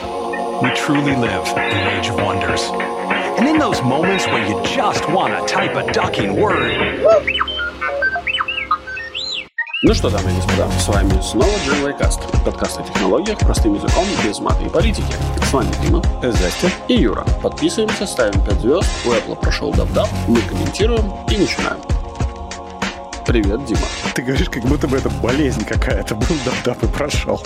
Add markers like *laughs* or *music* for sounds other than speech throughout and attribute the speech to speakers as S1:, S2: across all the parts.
S1: We truly live in an age of wonders. And in those moments where you just want to type a ducking word,
S2: Ну что, дамы и господа, с вами снова Джин Каст. Подкаст о технологиях, простым языком, без мата и политики. С вами Дима. Здрасте. И Юра. Подписываемся, ставим 5 звезд. У Apple прошел дабдап, мы комментируем и начинаем. Привет, Дима.
S3: Ты говоришь, как будто бы это болезнь какая-то. Был *laughs* дап-дап и прошел.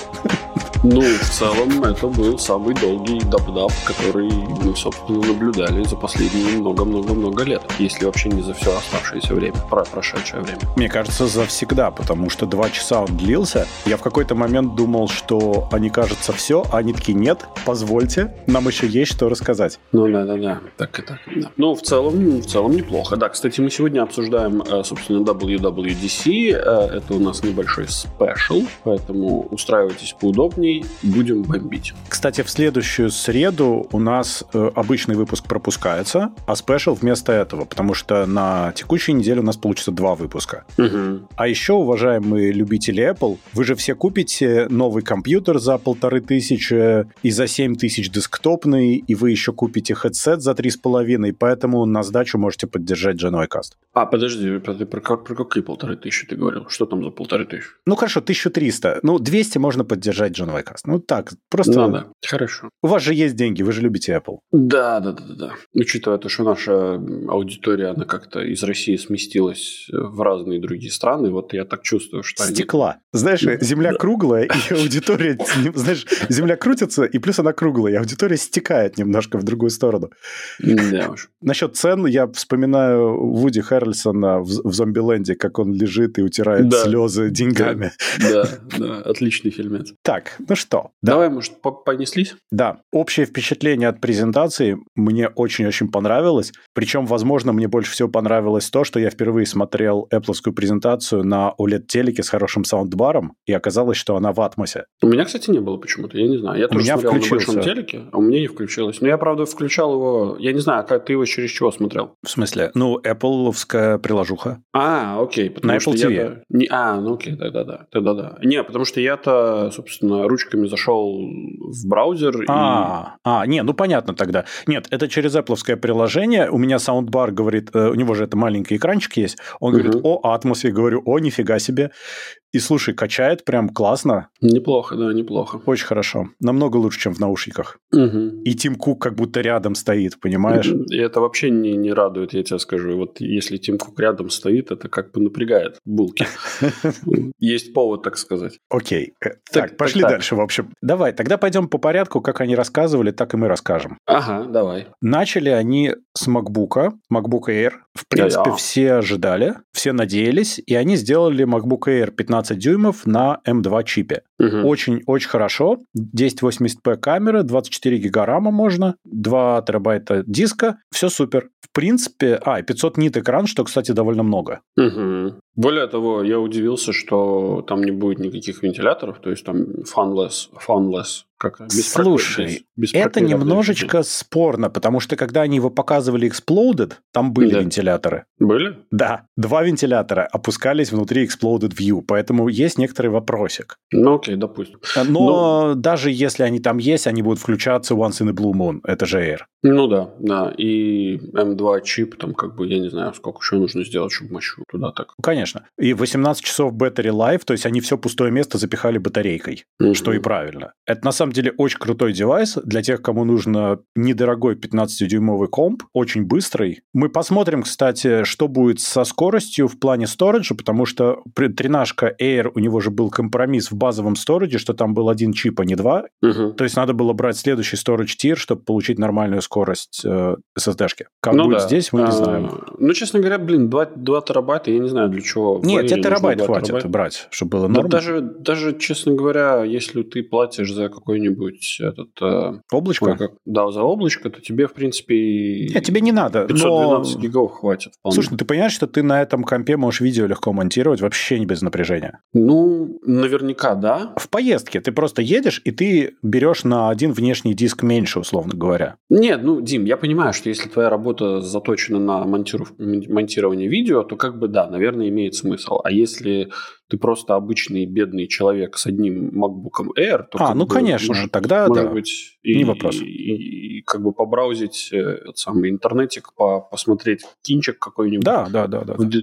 S2: Ну, в целом, это был самый долгий дабдап, который мы, собственно, наблюдали за последние много-много-много лет, если вообще не за все оставшееся время, про прошедшее время.
S3: Мне кажется, завсегда, потому что два часа он длился. Я в какой-то момент думал, что они, кажется, все, а они такие, нет, позвольте, нам еще есть что рассказать.
S2: Ну да, да, да. Так и так. да. Ну, в целом, в целом неплохо. Да, кстати, мы сегодня обсуждаем, э, собственно, WWDC. Э, Это у нас небольшой спешл, поэтому устраивайтесь поудобней, будем бомбить.
S3: Кстати, в следующую среду у нас э, обычный выпуск пропускается, а спешл вместо этого, потому что на текущей неделе у нас получится два выпуска.
S2: Мгм.
S3: А еще, уважаемые любители Apple, вы же все купите новый компьютер за полторы тысячи и за семь тысяч десктопный, и вы еще купите хедсет за три с половиной, поэтому на сдачу можете поддержать GenoiCast.
S2: А, подожди, ты про, как- про какие полторы тысячи ты говорил? Что там за полторы тысячи?
S3: Ну хорошо, 1300. Ну, 200 можно поддержать GenoiCast. Ну так, просто...
S2: Ну да, хорошо.
S3: У вас же есть деньги, вы же любите Apple.
S2: Да, да, да, да, да. Учитывая то, что наша м, аудитория, она как-то из России сместилась э, в разные другие страны, вот я так чувствую, что они-
S3: Стекла. Знаешь, земля круглая,
S2: *laughs*
S3: и аудитория... Знаешь, земля крутится, и плюс она круглая, и аудитория стекает немножко в другую сторону.
S2: Да уж.
S3: Насчет цен я вспоминаю Вуди Харрельсона в, в «Зомбиленде», как он лежит и утирает
S2: Да.
S3: слезы деньгами.
S2: Да, да, отличный фильмец.
S3: Так, ну что, да.
S2: Давай, может, по- понеслись?
S3: да, общее впечатление от презентации мне очень-очень понравилось. Причем, возможно, мне больше всего понравилось то, что я впервые смотрел Apple презентацию на OLED-телеке с хорошим саундбаром, и оказалось, что она в атмосе.
S2: У меня, кстати, не было почему-то, я не знаю. Я тоже
S3: меня
S2: смотрел на
S3: включился.
S2: большом телеке, а у меня не включилось. Но я, правда, включал его... Я не знаю, а как ты его через чего смотрел?
S3: В смысле? Ну, Appleовская приложуха.
S2: А, окей. Потому
S3: На
S2: что
S3: Apple TV.
S2: я-то не- а, ну окей, тогда да. Тогда да. Не, потому что я-то, собственно, ручками зашел в браузер и...
S3: А, а, не, ну понятно тогда. Нет, это через Apple приложение. У меня саундбар говорит, э, у него же это маленький экранчик есть. Он
S2: Мгм.
S3: говорит, о, Atmos. Я говорю, о, нифига себе. И слушай, качает прям классно,
S2: Неплохо, да, неплохо.
S3: очень хорошо. Намного лучше, чем в наушниках.
S2: Мгм.
S3: И Тим Кук как будто рядом стоит, понимаешь?
S2: И это вообще не, не радует, я тебе скажу. Вот если Тим Кук рядом стоит, это как бы напрягает
S3: *laughs*
S2: булки. Есть повод, так сказать.
S3: Окей. Э,
S2: Так,
S3: Так,
S2: так,
S3: пошли
S2: так.
S3: дальше, в общем. Давай, тогда пойдем по порядку, как они рассказывали, так и мы расскажем.
S2: Ага, давай.
S3: Начали они с MacBook, MacBook Air. В принципе,
S2: Да-да.
S3: все ожидали, все надеялись, и они сделали MacBook Air 15 дюймов на M2 чипе.
S2: Мгм.
S3: Очень-очень хорошо. 1080p камера, 24 гига рама можно, 2 терабайта диска. Все супер. В принципе... А, и 500 нит экран, что, кстати, довольно много.
S2: Мгм. Более того, я удивился, что там не будет никаких вентиляторов, то есть там fanless, fanless, как без прокла-
S3: Слушай,
S2: без- без
S3: Это
S2: проклятия.
S3: немножечко спорно, потому что, когда они его показывали Exploded, там были
S2: Да.
S3: вентиляторы.
S2: Были?
S3: Да, два вентилятора опускались внутри Exploded View, поэтому есть некоторый вопросик.
S2: Ну окей, допустим.
S3: Но даже если они там есть, они будут включаться once in a blue moon. Это же Air.
S2: Ну да, да. И М2 чип, там как бы, я не знаю, сколько еще нужно сделать, чтобы мощу туда так.
S3: Ну, Конечно. И 18 часов battery life, то есть они все пустое место запихали батарейкой, что и
S2: Мгм.
S3: правильно. Это на самом деле очень крутой девайс для тех, кому нужно недорогой 15-дюймовый комп, очень быстрый. Мы посмотрим, кстати, что будет со скоростью в плане сториджа, потому что при- тренажка Air, у него же был компромисс в базовом сторидже, что там был один чип, а не два,
S2: Мгм.
S3: То есть надо было брать следующий storage tier, чтобы получить нормальную скорость э, SSD-шки. Как
S2: Ну
S3: будет
S2: да.
S3: здесь, мы
S2: А,
S3: не знаем.
S2: Ну, честно говоря, блин, 2, терабайта, я не знаю, для чего.
S3: Нет, тебе
S2: Валерию нужно
S3: терабайт
S2: два
S3: хватит
S2: терабайта.
S3: брать, чтобы было
S2: Да
S3: норм.
S2: даже, даже, честно говоря, если ты платишь за какой-нибудь этот... э,
S3: Облачко?
S2: ой, как- да, за облачко, то тебе, в принципе, и
S3: Нет, тебе не надо.
S2: 512
S3: но...
S2: гигов хватит вполне.
S3: Слушай, ну ты понимаешь, что ты на этом компе можешь видео легко монтировать вообще не без напряжения.
S2: ну, наверняка, да.
S3: В поездке ты просто едешь, и ты берешь на один внешний диск меньше, условно говоря.
S2: Нет, ну, Дим, я понимаю, что если твоя работа заточена на монтиров- мон- монтирование видео, то как бы да, наверное, имеет смысл. А если ты просто обычный бедный человек с одним MacBook Air, то
S3: А, ну,
S2: бы,
S3: конечно,
S2: может,
S3: тогда
S2: может
S3: да.
S2: быть,
S3: Не
S2: и,
S3: вопрос.
S2: И, и- и как бы побраузить э, этот самый интернетик, по, посмотреть кинчик какой-нибудь
S3: Да, да, да, да.
S2: в д-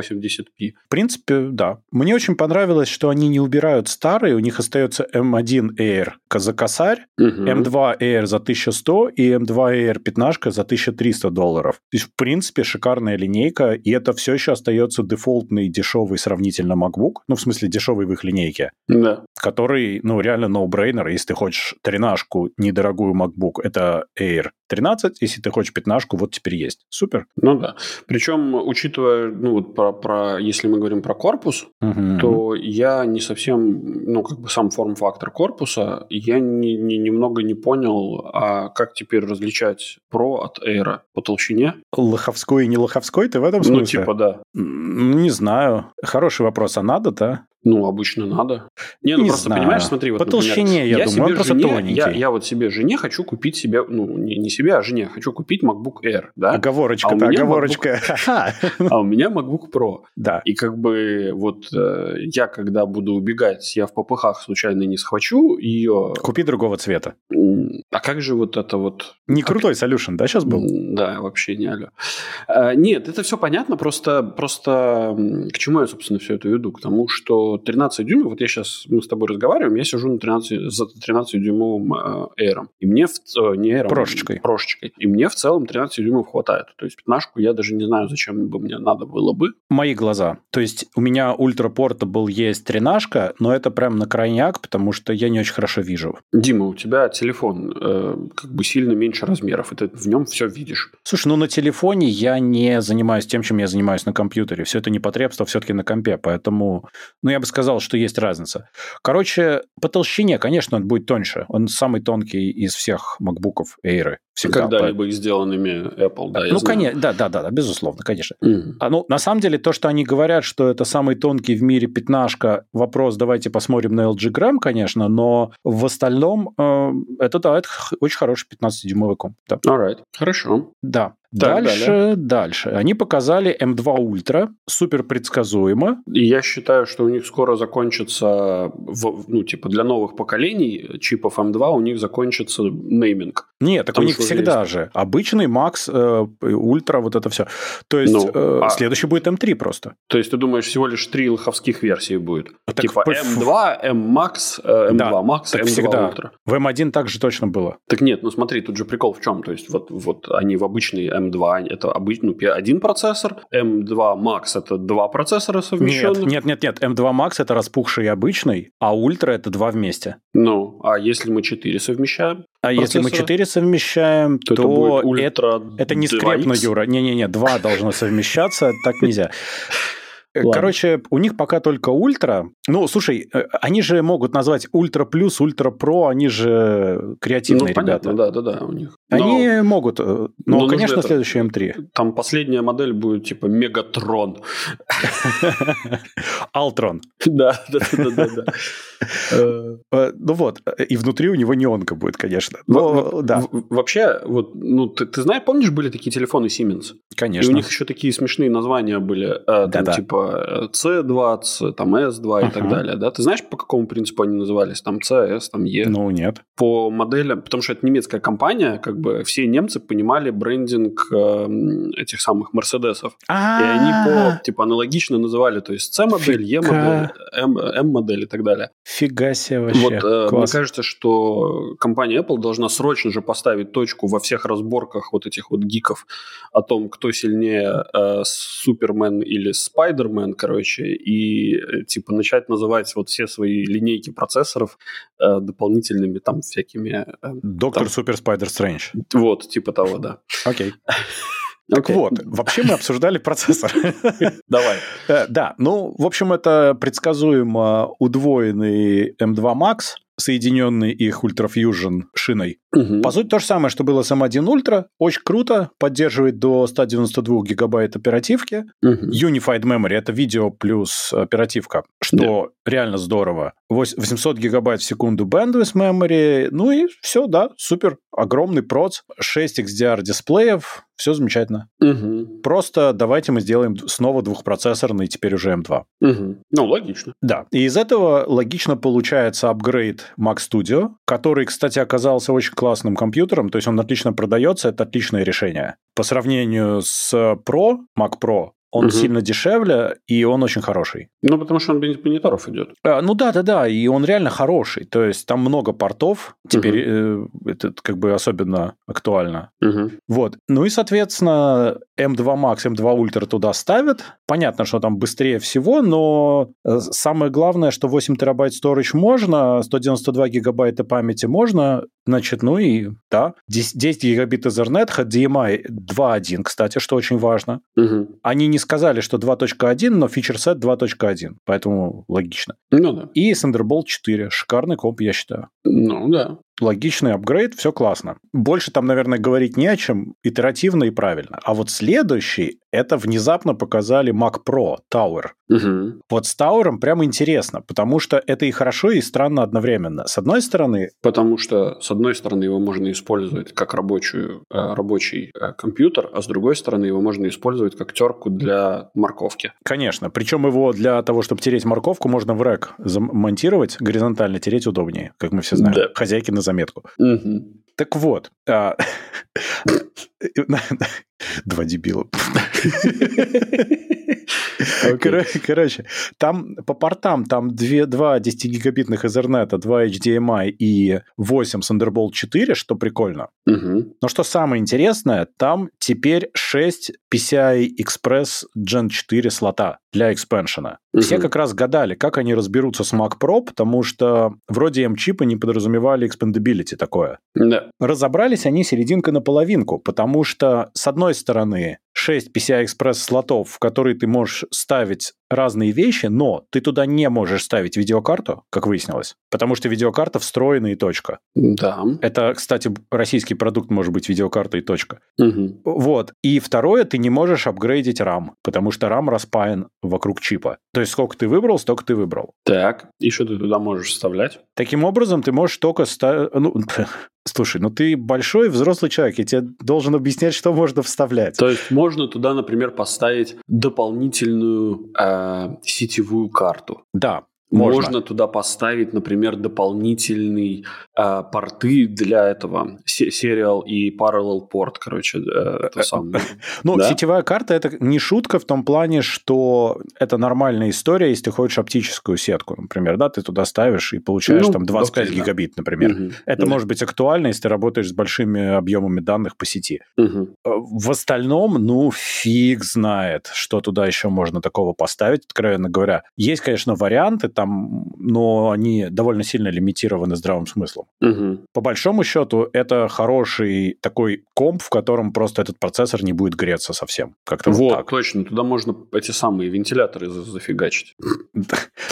S2: 1080p.
S3: В принципе, да. Мне очень понравилось, что они не убирают старые, у них остается M1 Air ка- за косарь,
S2: Мгм.
S3: M2 Air за 1100 и M2 Air пятнашка за 1300 долларов. То есть, в принципе, шикарная линейка, и это все еще остается дефолтный дешевый сравнительно MacBook, ну, в смысле, дешевый в их линейке,
S2: Да.
S3: который, ну, реально ноу-брейнер, если ты хочешь тринашку, недорогую MacBook, это Air 13, если ты хочешь пятнашку, вот теперь есть. Супер.
S2: Ну да. Причем, учитывая, ну вот про, про, если мы говорим про корпус,
S3: Мгм.
S2: то я не совсем, ну, как бы сам форм-фактор корпуса, я не, не- немного не понял, а как теперь различать Pro от Air по толщине?
S3: Лоховской и не лоховской, ты в этом смысле?
S2: Ну, типа, да.
S3: М, Не знаю. Хороший вопрос. А надо-то?
S2: Ну, обычно надо. Не, ну
S3: Не
S2: просто,
S3: знаю.
S2: понимаешь, смотри, вот,
S3: По
S2: например,
S3: толщине, я, думаю,
S2: себе
S3: он просто
S2: жене-
S3: тоненький.
S2: я, я вот себе жене хочу купить себе, ну, не, не себе, а жене, хочу купить MacBook Air, да? а у
S3: Оговорочка-то,
S2: меня
S3: оговорочка. *laughs* Ха-ха.
S2: А у меня MacBook Pro.
S3: Да.
S2: И как бы вот э, я, когда буду убегать, я в попыхах случайно не схвачу ее.
S3: Купи другого цвета.
S2: М, А как же вот это вот?
S3: Не
S2: Как-
S3: крутой солюшен, да, сейчас был?
S2: М, Да, вообще не алё. А, Нет, это все понятно, просто, просто м, к чему я, собственно, все это веду? К тому, что 13 дюймов, вот я сейчас, мы с тобой разговариваем, я сижу на 13, за 13-дюймовым эйром. И мне, в, ц- э, не эйром,
S3: Прошечкой.
S2: прошечкой. И мне в целом 13 дюймов хватает. То есть пятнашку я даже не знаю, зачем бы мне надо было бы.
S3: Мои глаза. То есть у меня ультрапортабл есть тренажка, но это прям на крайняк, потому что я не очень хорошо вижу.
S2: Дима, у тебя телефон э, как бы сильно меньше размеров, и ты в нем все видишь.
S3: Слушай, ну на телефоне я не занимаюсь тем, чем я занимаюсь на компьютере. Все это непотребство все-таки на компе, поэтому, ну я бы сказал, что есть разница. Короче, по толщине, конечно, он будет тоньше. Он самый тонкий из всех макбуков Эйры. Всегда.
S2: Когда-либо их сделанными Apple, да, я
S3: ну,
S2: знаю.
S3: конечно, да, да, да, да, безусловно, конечно.
S2: Мгм.
S3: А, ну, на самом деле, то, что они говорят, что это самый тонкий в мире пятнашка, вопрос, давайте посмотрим на LG Gram, конечно, но в остальном э, это, да, это х- очень хороший 15-дюймовый комп. Да.
S2: Alright, хорошо.
S3: Да.
S2: Так,
S3: дальше,
S2: далее.
S3: дальше. Они показали M2 Ultra, супер предсказуемо.
S2: И я считаю, что у них скоро закончится, в- ну, типа, для новых поколений чипов M2 у них закончится нейминг.
S3: Нет, так
S2: Там
S3: у них
S2: что же
S3: всегда же. Обычный Max, э, Ultra, вот это все. То есть
S2: Ну,
S3: э,
S2: а-
S3: следующий будет M3 просто.
S2: То есть, ты думаешь, всего лишь три лоховских версии будет?
S3: Так
S2: типа,
S3: по-
S2: M2, M-Max, э, M2
S3: Да,
S2: Max,
S3: так
S2: M2
S3: всегда.
S2: Ultra.
S3: В M1 также точно было.
S2: Так нет, ну смотри, тут же прикол в чем. То есть вот, вот они в обычный M2, это обычный, ну, пи- один процессор, M2 Max это два процессора
S3: Нет,
S2: совмещенных.
S3: нет, нет, нет. M2 Max это распухший и обычный, а Ultra это два вместе.
S2: Ну, а если мы 4 совмещаем,
S3: А если мы
S2: Процессора?
S3: 4 совмещаем,
S2: то,
S3: то,
S2: это будет
S3: это,
S2: ультра
S3: это не
S2: 2X.
S3: скрепно, Юра. Не-не-не, два должно совмещаться, так нельзя. Э,
S2: Ладно.
S3: Короче, у них пока только ультра. Ну, слушай, э, они же могут назвать ультра плюс, ультра про, они же
S2: Ну,
S3: креативные ребята.
S2: понятно, да-да-да, у них. Но
S3: Они могут. э, Но,
S2: Но нужно
S3: конечно,
S2: это-
S3: следующий эм М3.
S2: Там последняя модель будет типа Мегатрон. *laughs*
S3: Алтрон.
S2: Да-да-да-да.
S3: *laughs* Э, Ну вот, э, и внутри у него неонка будет, конечно. Но, да,
S2: Вообще, вот, ну, ты, ты знаешь, помнишь, были такие телефоны Siemens?
S3: конечно.
S2: И у них еще такие смешные названия были, э, там,
S3: Да-да.
S2: типа э, C20, там S2 и так
S3: Ага.
S2: далее, да? Ты знаешь, по какому принципу они назывались? Там C, S, там E.
S3: Ну, нет.
S2: По моделям, потому что это немецкая компания, как бы все немцы понимали брендинг э, м, этих самых Мерседесов. И они
S3: А.
S2: по, типа, аналогично называли, то есть C-модель, E-модель, M- M-модель и так далее.
S3: Фига себе вообще.
S2: Вот, э, мне
S3: Класс.
S2: кажется, что компания Apple должна срочно же поставить точку во всех разборках вот этих вот гиков о том, кто сильнее э, Супермен или Спайдермен, короче, и э, типа начать называть вот все свои линейки процессоров э, дополнительными там всякими, э,
S3: Доктор
S2: там-
S3: Супер Спайдер Стрэндж.
S2: вот, типа того, да.
S3: Окей. Так
S2: Окей.
S3: вот, вообще мы обсуждали процессор.
S2: Давай.
S3: *laughs* Э, Да, ну, в общем, это предсказуемо удвоенный M2 Max, соединенный их Ultra Fusion шиной.
S2: Мгм.
S3: По сути, то же самое, что было с M1 Ultra. Очень круто, поддерживает до 192 гигабайт оперативки.
S2: Мгм.
S3: Unified Memory — это видео плюс оперативка, что реально здорово. 800 гигабайт в секунду bandwidth memory, ну и все, да, супер, огромный проц, 6 XDR дисплеев, все замечательно.
S2: Угу.
S3: Просто давайте мы сделаем снова двухпроцессорный, теперь уже M2.
S2: Угу. Ну, логично.
S3: Да, и из этого логично получается апгрейд Mac Studio, который, кстати, оказался очень классным компьютером, то есть он отлично продается, это отличное решение. По сравнению с Pro, Mac Pro, он
S2: Мгм.
S3: сильно дешевле, и он очень хороший.
S2: Ну, потому что он без мониторов идет.
S3: А, Ну да, да, да, и он реально хороший. То есть там много портов, теперь э, это как бы особенно актуально.
S2: Угу.
S3: Вот. Ну и, соответственно, M2 Max, M2 Ultra туда ставят. Понятно, что там быстрее всего, но э, самое главное, что 8 терабайт storage можно, 192 гигабайта памяти можно, значит, ну и да. 10, 10 гигабит Ethernet, HDMI 2.1, кстати, что очень важно.
S2: Угу.
S3: Они не сказали, что 2.1, но фичерсет 2.1, поэтому логично.
S2: Ну да.
S3: И Thunderbolt 4, шикарный комп, я считаю
S2: Ну да.
S3: логичный апгрейд, все классно. Больше там, наверное, говорить не о чем, итеративно и правильно. А вот следующий, это внезапно показали Mac Pro Tower.
S2: Угу.
S3: Вот с Tower прямо интересно, потому что это и хорошо, и странно одновременно. С одной стороны,
S2: Потому что, с одной стороны, его можно использовать как рабочую, э, рабочий э, компьютер, а с другой стороны, его можно использовать как терку для морковки.
S3: конечно, причем его для того, чтобы тереть морковку, можно в рэк замонтировать, горизонтально тереть удобнее, как мы все знаем.
S2: Да.
S3: Хозяйки на заметку.
S2: Угу.
S3: Так вот, а, *laughs* два дебила. *laughs* Короче, короче, там по портам там две, два 10-гигабитных Ethernet, 2 HDMI и 8 Thunderbolt 4, что прикольно.
S2: Угу.
S3: Но что самое интересное, там теперь 6 PCI Express Gen 4 слота для экспеншена. Все
S2: Мгм.
S3: как раз гадали, как они разберутся с Mac Pro, потому что вроде M-чипы не подразумевали expandability такое.
S2: Да.
S3: Разобрались они серединка на половинку, потому что, с одной стороны, 6 PCI-Express слотов, в которые ты можешь ставить разные вещи, но ты туда не можешь ставить видеокарту, как выяснилось, потому что видеокарта встроена и точка.
S2: Да.
S3: Это, кстати, российский продукт может быть видеокарта и точка.
S2: Угу.
S3: Вот. И второе, ты не можешь апгрейдить RAM, потому что RAM распаян вокруг чипа. То есть сколько ты выбрал, столько ты выбрал.
S2: Так. И что ты туда можешь вставлять?
S3: Таким образом, ты можешь только... ста- Ну, *laughs* слушай, ну ты большой взрослый человек, я тебе должен объяснять, что можно вставлять.
S2: То есть можно туда, например, поставить дополнительную э, сетевую карту.
S3: Да,
S2: Можно.
S3: можно.
S2: туда поставить, например, дополнительные э, порты для этого. Се- Serial и Parallel порт, короче, э, это самое.
S3: Ну,
S2: да.
S3: сетевая карта – это не шутка в том плане, что это нормальная история, если ты хочешь оптическую сетку, например, да, ты туда ставишь и получаешь
S2: Ну,
S3: там 25
S2: окей, да.
S3: гигабит, например.
S2: Мгм.
S3: Это
S2: Да.
S3: может быть актуально, если ты работаешь с большими объемами данных по сети.
S2: Мгм.
S3: Э, В остальном, ну, фиг знает, что туда еще можно такого поставить, откровенно говоря. Есть, конечно, варианты там, но они довольно сильно лимитированы здравым смыслом.
S2: Мгм.
S3: По большому счету, это хороший такой комп, в котором просто этот процессор не будет греться совсем. Как-то вот,
S2: Вот,
S3: так.
S2: точно, туда можно эти самые вентиляторы за- зафигачить.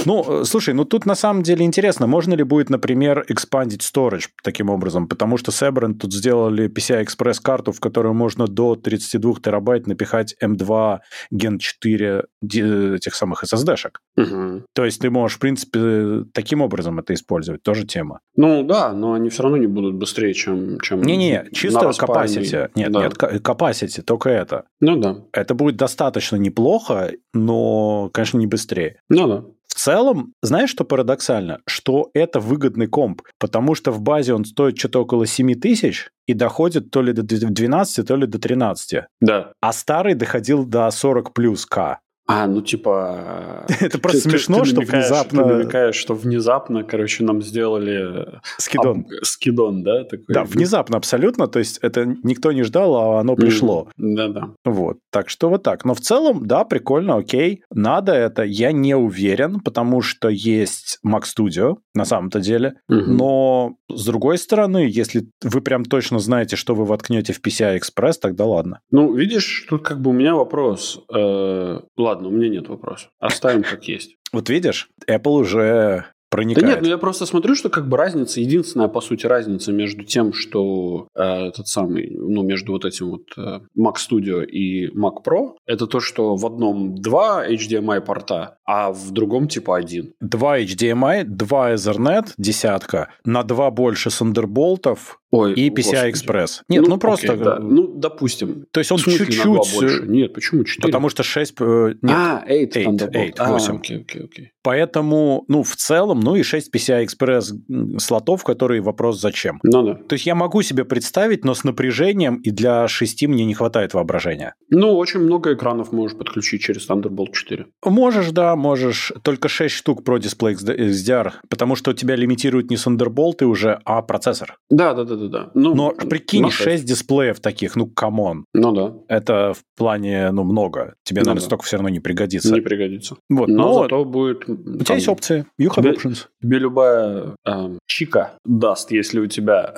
S3: Ну, э, слушай, ну тут на самом деле интересно, можно ли будет, например, экспандить storage таким образом, потому что Sebrand тут сделали PCI-Express карту, в которую можно до 32 терабайт напихать эм M2 Gen 4 ди- этих самых SSD-шек.
S2: Мгм.
S3: То есть ты можешь, в принципе, таким образом это использовать, тоже тема.
S2: Ну да, но они все равно не будут быстрее, чем... чем
S3: Не-не, чисто
S2: нараспаянный.
S3: capacity. Нет,
S2: Да.
S3: нет, ка- capacity, только это.
S2: Ну да,
S3: Это будет достаточно неплохо, но, конечно, не быстрее.
S2: ну да.
S3: В целом, знаешь, что парадоксально? Что это выгодный комп, потому что в базе он стоит что-то около 7 тысяч и доходит то ли до дв- 12, то ли до 13.
S2: Да.
S3: А старый доходил до 40 плюс К.
S2: А, ну типа...
S3: *laughs* Это просто
S2: ты- ты-
S3: смешно,
S2: ты
S3: что
S2: намекаешь-
S3: внезапно-
S2: Ты намекаешь, что внезапно, короче, нам сделали...
S3: Скидон.
S2: ап- скидон, да? Такой?
S3: Да, внезапно абсолютно, то есть это никто не ждал, а оно
S2: э, Мгм.
S3: пришло.
S2: Да-да.
S3: Вот, так что вот так. Но в целом, да, прикольно, окей, надо это. Я не уверен, потому что есть Mac Studio на самом-то деле,
S2: Мгм.
S3: Но, с другой стороны, если вы прям точно знаете, что вы воткнете в PCI-Express, тогда ладно.
S2: Ну, видишь, тут как бы у меня вопрос. Э, ладно, у меня нет вопроса. Оставим как есть.
S3: Вот видишь, Apple уже проникает.
S2: Да нет, ну я просто смотрю, что как бы разница, единственная, по сути, разница между тем, что э, этот самый, ну, между вот этим вот э, Mac Studio и Mac Pro, это то, что в одном два HDMI порта, а в другом типа один.
S3: Два HDMI, два Ethernet, десятка, на два больше Thunderbolt
S2: Ой,
S3: и
S2: Э, господи.
S3: PCI-Express. Нет, ну, просто...
S2: окей, да. Ну, допустим.
S3: То есть он
S2: В смысле на два
S3: чуть-чуть,
S2: больше?
S3: э,
S2: Нет, почему четыре?
S3: Потому что 6... э, нет.
S2: А, 8
S3: Eight,
S2: Thunderbolt.
S3: eight,
S2: А,
S3: восемь.
S2: окей, окей, окей.
S3: Поэтому, ну, в целом, ну и 6 PCI-Express слотов, которые вопрос зачем.
S2: Ну да.
S3: То есть я могу себе представить, но с напряжением и для 6 мне не хватает воображения.
S2: Ну, очень много экранов можешь подключить через Thunderbolt 4.
S3: Можешь, да, можешь. Только 6 штук про дисплей э, XDR, потому что тебя лимитируют не Thunderbolt уже, а процессор.
S2: Да, да, да, да, да. Ну,
S3: Но прикинь,
S2: ну,
S3: 6 дисплеев таких, ну, камон.
S2: Ну да,
S3: Это в плане, ну, много. Тебе,
S2: Ну
S3: наверное,
S2: да.
S3: столько все равно не пригодится.
S2: не пригодится.
S3: Вот,
S2: Но,
S3: но
S2: зато будет...
S3: у тебя есть опции. You have
S2: тебе- *laughs*
S3: options.
S2: Тебе любая эм, чика даст, если у тебя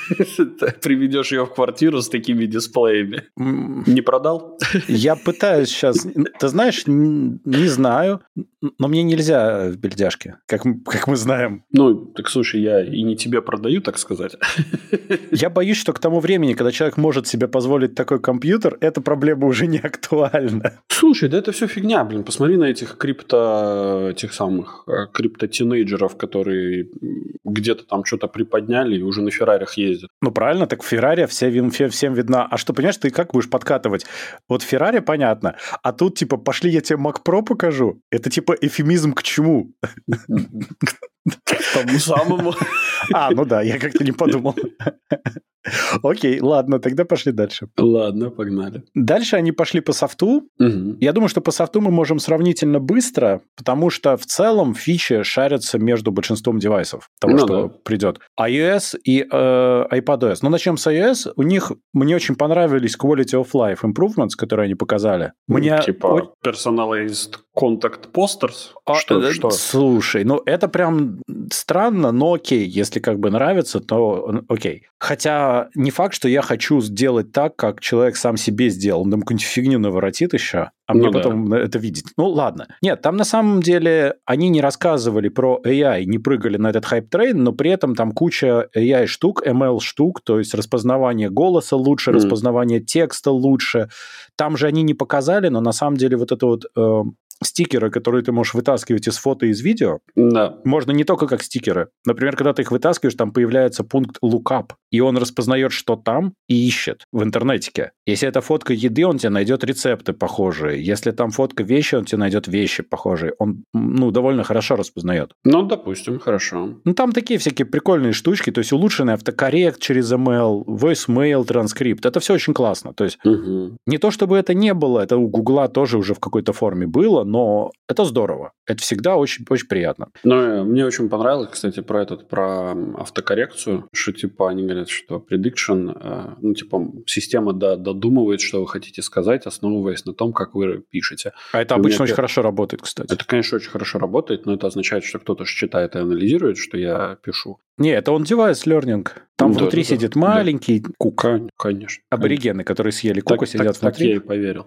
S2: *laughs* ты приведешь ее в квартиру с такими дисплеями.
S3: М,
S2: Не продал?
S3: Я пытаюсь сейчас... Ты знаешь, н- не знаю, но мне нельзя в бельдяшке, как, м- как мы знаем.
S2: Ну, так слушай, я и не тебе продаю, так сказать.
S3: Я боюсь, что к тому времени, когда человек может себе позволить такой компьютер, эта проблема уже не актуальна.
S2: Слушай, да это все фигня, блин. Посмотри на этих крипто... тех самых э, крипто-тинейджеров, которые м, где-то там что-то приподняли и уже на Феррарях ездят.
S3: Ну, правильно, так Феррари все, вин- фе- всем видна. А что, понимаешь, ты как будешь подкатывать? Вот Феррари, понятно, а тут, типа, пошли, я тебе Mac Pro покажу. Это, типа, эфемизм к чему?
S2: К Тому самому.
S3: А, ну да, я как-то не подумал. *laughs* Окей, ладно, тогда пошли дальше.
S2: Ладно, погнали.
S3: Дальше они пошли по софту,
S2: Мгм.
S3: Я думаю, что по софту мы можем сравнительно быстро, потому что в целом фичи шарятся между большинством девайсов, того,
S2: Ну
S3: что
S2: да.
S3: придет. iOS и э, iPadOS. Но начнем с iOS. У них мне очень понравились quality of life improvements, которые они показали. Мне о-
S2: Типа personalized contact posters?
S3: а,
S2: Что?
S3: э,
S2: что?
S3: Слушай, ну это прям странно, но окей, если как бы нравится, то н- окей. Хотя не факт, что я хочу сделать так, как человек сам себе сделал. Он там какую-нибудь фигню наворотит еще, а
S2: Ну
S3: мне
S2: да.
S3: потом это видеть. Ну ладно. Нет, там на самом деле они не рассказывали про AI, не прыгали на этот хайп-трейн, но при этом там куча AI-штук, ML-штук, то есть распознавание голоса лучше,
S2: Мгм.
S3: распознавание текста лучше. Там же они не показали, но на самом деле вот это вот... э, стикеры, которые ты можешь вытаскивать из фото и из видео,
S2: Да.
S3: можно не только как стикеры. Например, когда ты их вытаскиваешь, там появляется пункт lookup, и он распознает, что там, и ищет в интернетике. Если это фотка еды, он тебе найдет рецепты похожие. Если там фотка вещи, он тебе найдет вещи похожие. Он, м, ну, довольно хорошо распознает.
S2: Ну, допустим, хорошо.
S3: Ну, там такие всякие прикольные штучки, то есть улучшенный автокоррект через ML, voicemail, транскрипт. Это все очень классно. То есть
S2: Мгм.
S3: не то чтобы это не было, это у Гугла тоже уже в какой-то форме было, но это здорово. Это всегда очень, очень приятно.
S2: Ну, э, мне очень понравилось, кстати, про этот, про м, автокоррекцию, что, типа, они говорят, что prediction, э, ну, типа, система до- додумывает, что вы хотите сказать, основываясь на том, как вы пишете.
S3: А это
S2: У меня
S3: обычно очень
S2: пе-
S3: хорошо работает, кстати.
S2: Это, конечно, очень хорошо работает, но это означает, что кто-то же читает и анализирует, что я пишу.
S3: Не, это он девайс лернинг. Там
S2: Ну Да,
S3: внутри
S2: да, да.
S3: сидит
S2: Да.
S3: маленький кук.
S2: Кон- Конечно.
S3: Аборигены, которые съели
S2: Так,
S3: куку,
S2: так-
S3: сидят
S2: так я
S3: внутри.
S2: и *laughs* поверил.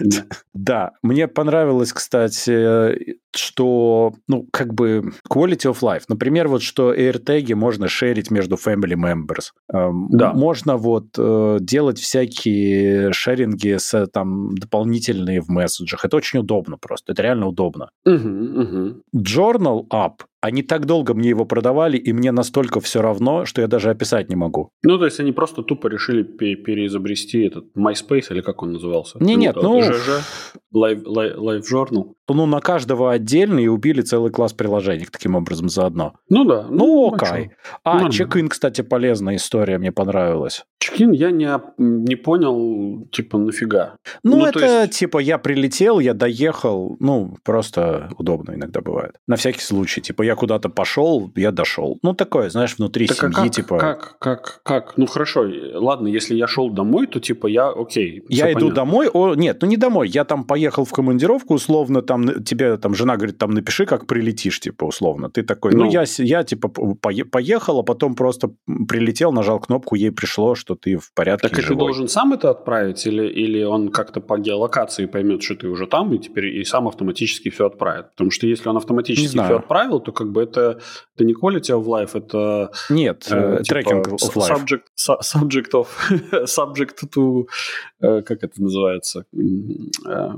S2: Да.
S3: Да, мне понравилось, кстати, что, ну, как бы quality of life. Например, вот что AirTag можно шерить между family members. Эм,
S2: Да.
S3: Можно вот э, делать всякие шеринги с, э, там, дополнительные в месседжах. Это очень удобно просто, это реально удобно.
S2: Мгм, мгм.
S3: Journal App, они так долго мне его продавали, и мне настолько все равно, что я даже описать не могу.
S2: Ну, то есть они просто тупо решили пе- переизобрести этот MySpace, или как он назывался?
S3: Не, нет, ну-
S2: ЖЖ, Live, Live- Live Journal.
S3: Ну, на каждого отдельно и убили целый класс приложений таким образом заодно.
S2: Ну да.
S3: Ну,
S2: а чё?
S3: окей. А,
S2: Нормально.
S3: чекин, кстати, полезная история, мне понравилась.
S2: Чекин я не, оп- не понял, типа, нафига.
S3: Ну,
S2: Ну, то
S3: это
S2: есть-
S3: типа я прилетел, я доехал. Ну, просто удобно иногда бывает. На всякий случай. Типа я куда-то пошел, я дошел. Ну, такое, знаешь, внутри
S2: Так а
S3: семьи,
S2: как,
S3: типа...
S2: как, как, как? Ну, хорошо, э, ладно, если я шел домой, то, типа, я, окей. всё
S3: Я иду
S2: понятно.
S3: домой, о, нет, ну не домой, я там поехал в командировку, условно там тебе там жена говорит, там напиши, как прилетишь, типа, условно. Ты такой, ну, ну я, я, типа, поехал, а потом просто прилетел, нажал кнопку, ей пришло, что ты в порядке
S2: Так и
S3: живой.
S2: ты должен сам это отправить, или, или он как-то по геолокации поймет, что ты уже там, и теперь и сам автоматически все отправит? Потому что если он
S3: Не
S2: автоматически
S3: знаю.
S2: все отправил, то как бы это, это не quality of life, это
S3: Нет,
S2: э,
S3: э,
S2: типа,
S3: трекинг of
S2: с-
S3: life.
S2: Subject, су- subject of... *laughs* subject to... э, как это называется? М, э,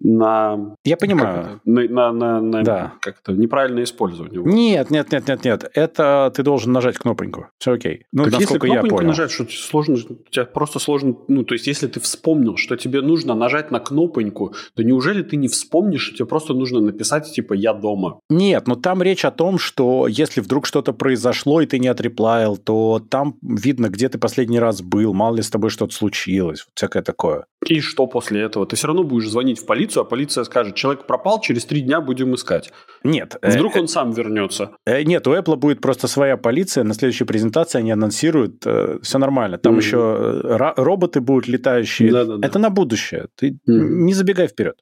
S2: На...
S3: Я
S2: как
S3: понимаю.
S2: это? На, на- на- на-
S3: Да. Ну,
S2: Как это? Неправильное использование. Вот.
S3: Нет, нет, нет, нет, нет. Это ты должен нажать кнопочку. Все окей. Ну,
S2: так если
S3: насколько я
S2: кнопку
S3: понял.
S2: нажать, что сложно, тебя просто сложно, ну, то есть, если ты вспомнил, что тебе нужно нажать на кнопоньку, то неужели ты не вспомнишь, что тебе просто нужно написать, типа, я дома?
S3: Нет, но там речь о том, что если вдруг что-то произошло, и ты не отреплаил, то там видно, где ты последний раз был, мало ли с тобой что-то случилось, всякое такое.
S2: И что после этого? Ты все равно будешь звонить в полицию, а полиция скажет, человек пропал, через три дня будем искать.
S3: Нет. э,
S2: Вдруг он сам вернется.
S3: э, нет, у Apple будет просто своя полиция, на следующей презентации они анонсируют, все нормально. Там
S2: Мгм.
S3: еще э, ро- роботы будут летающие.
S2: Да-да-да.
S3: Это на будущее. Ты
S2: Мгм.
S3: не забегай вперед.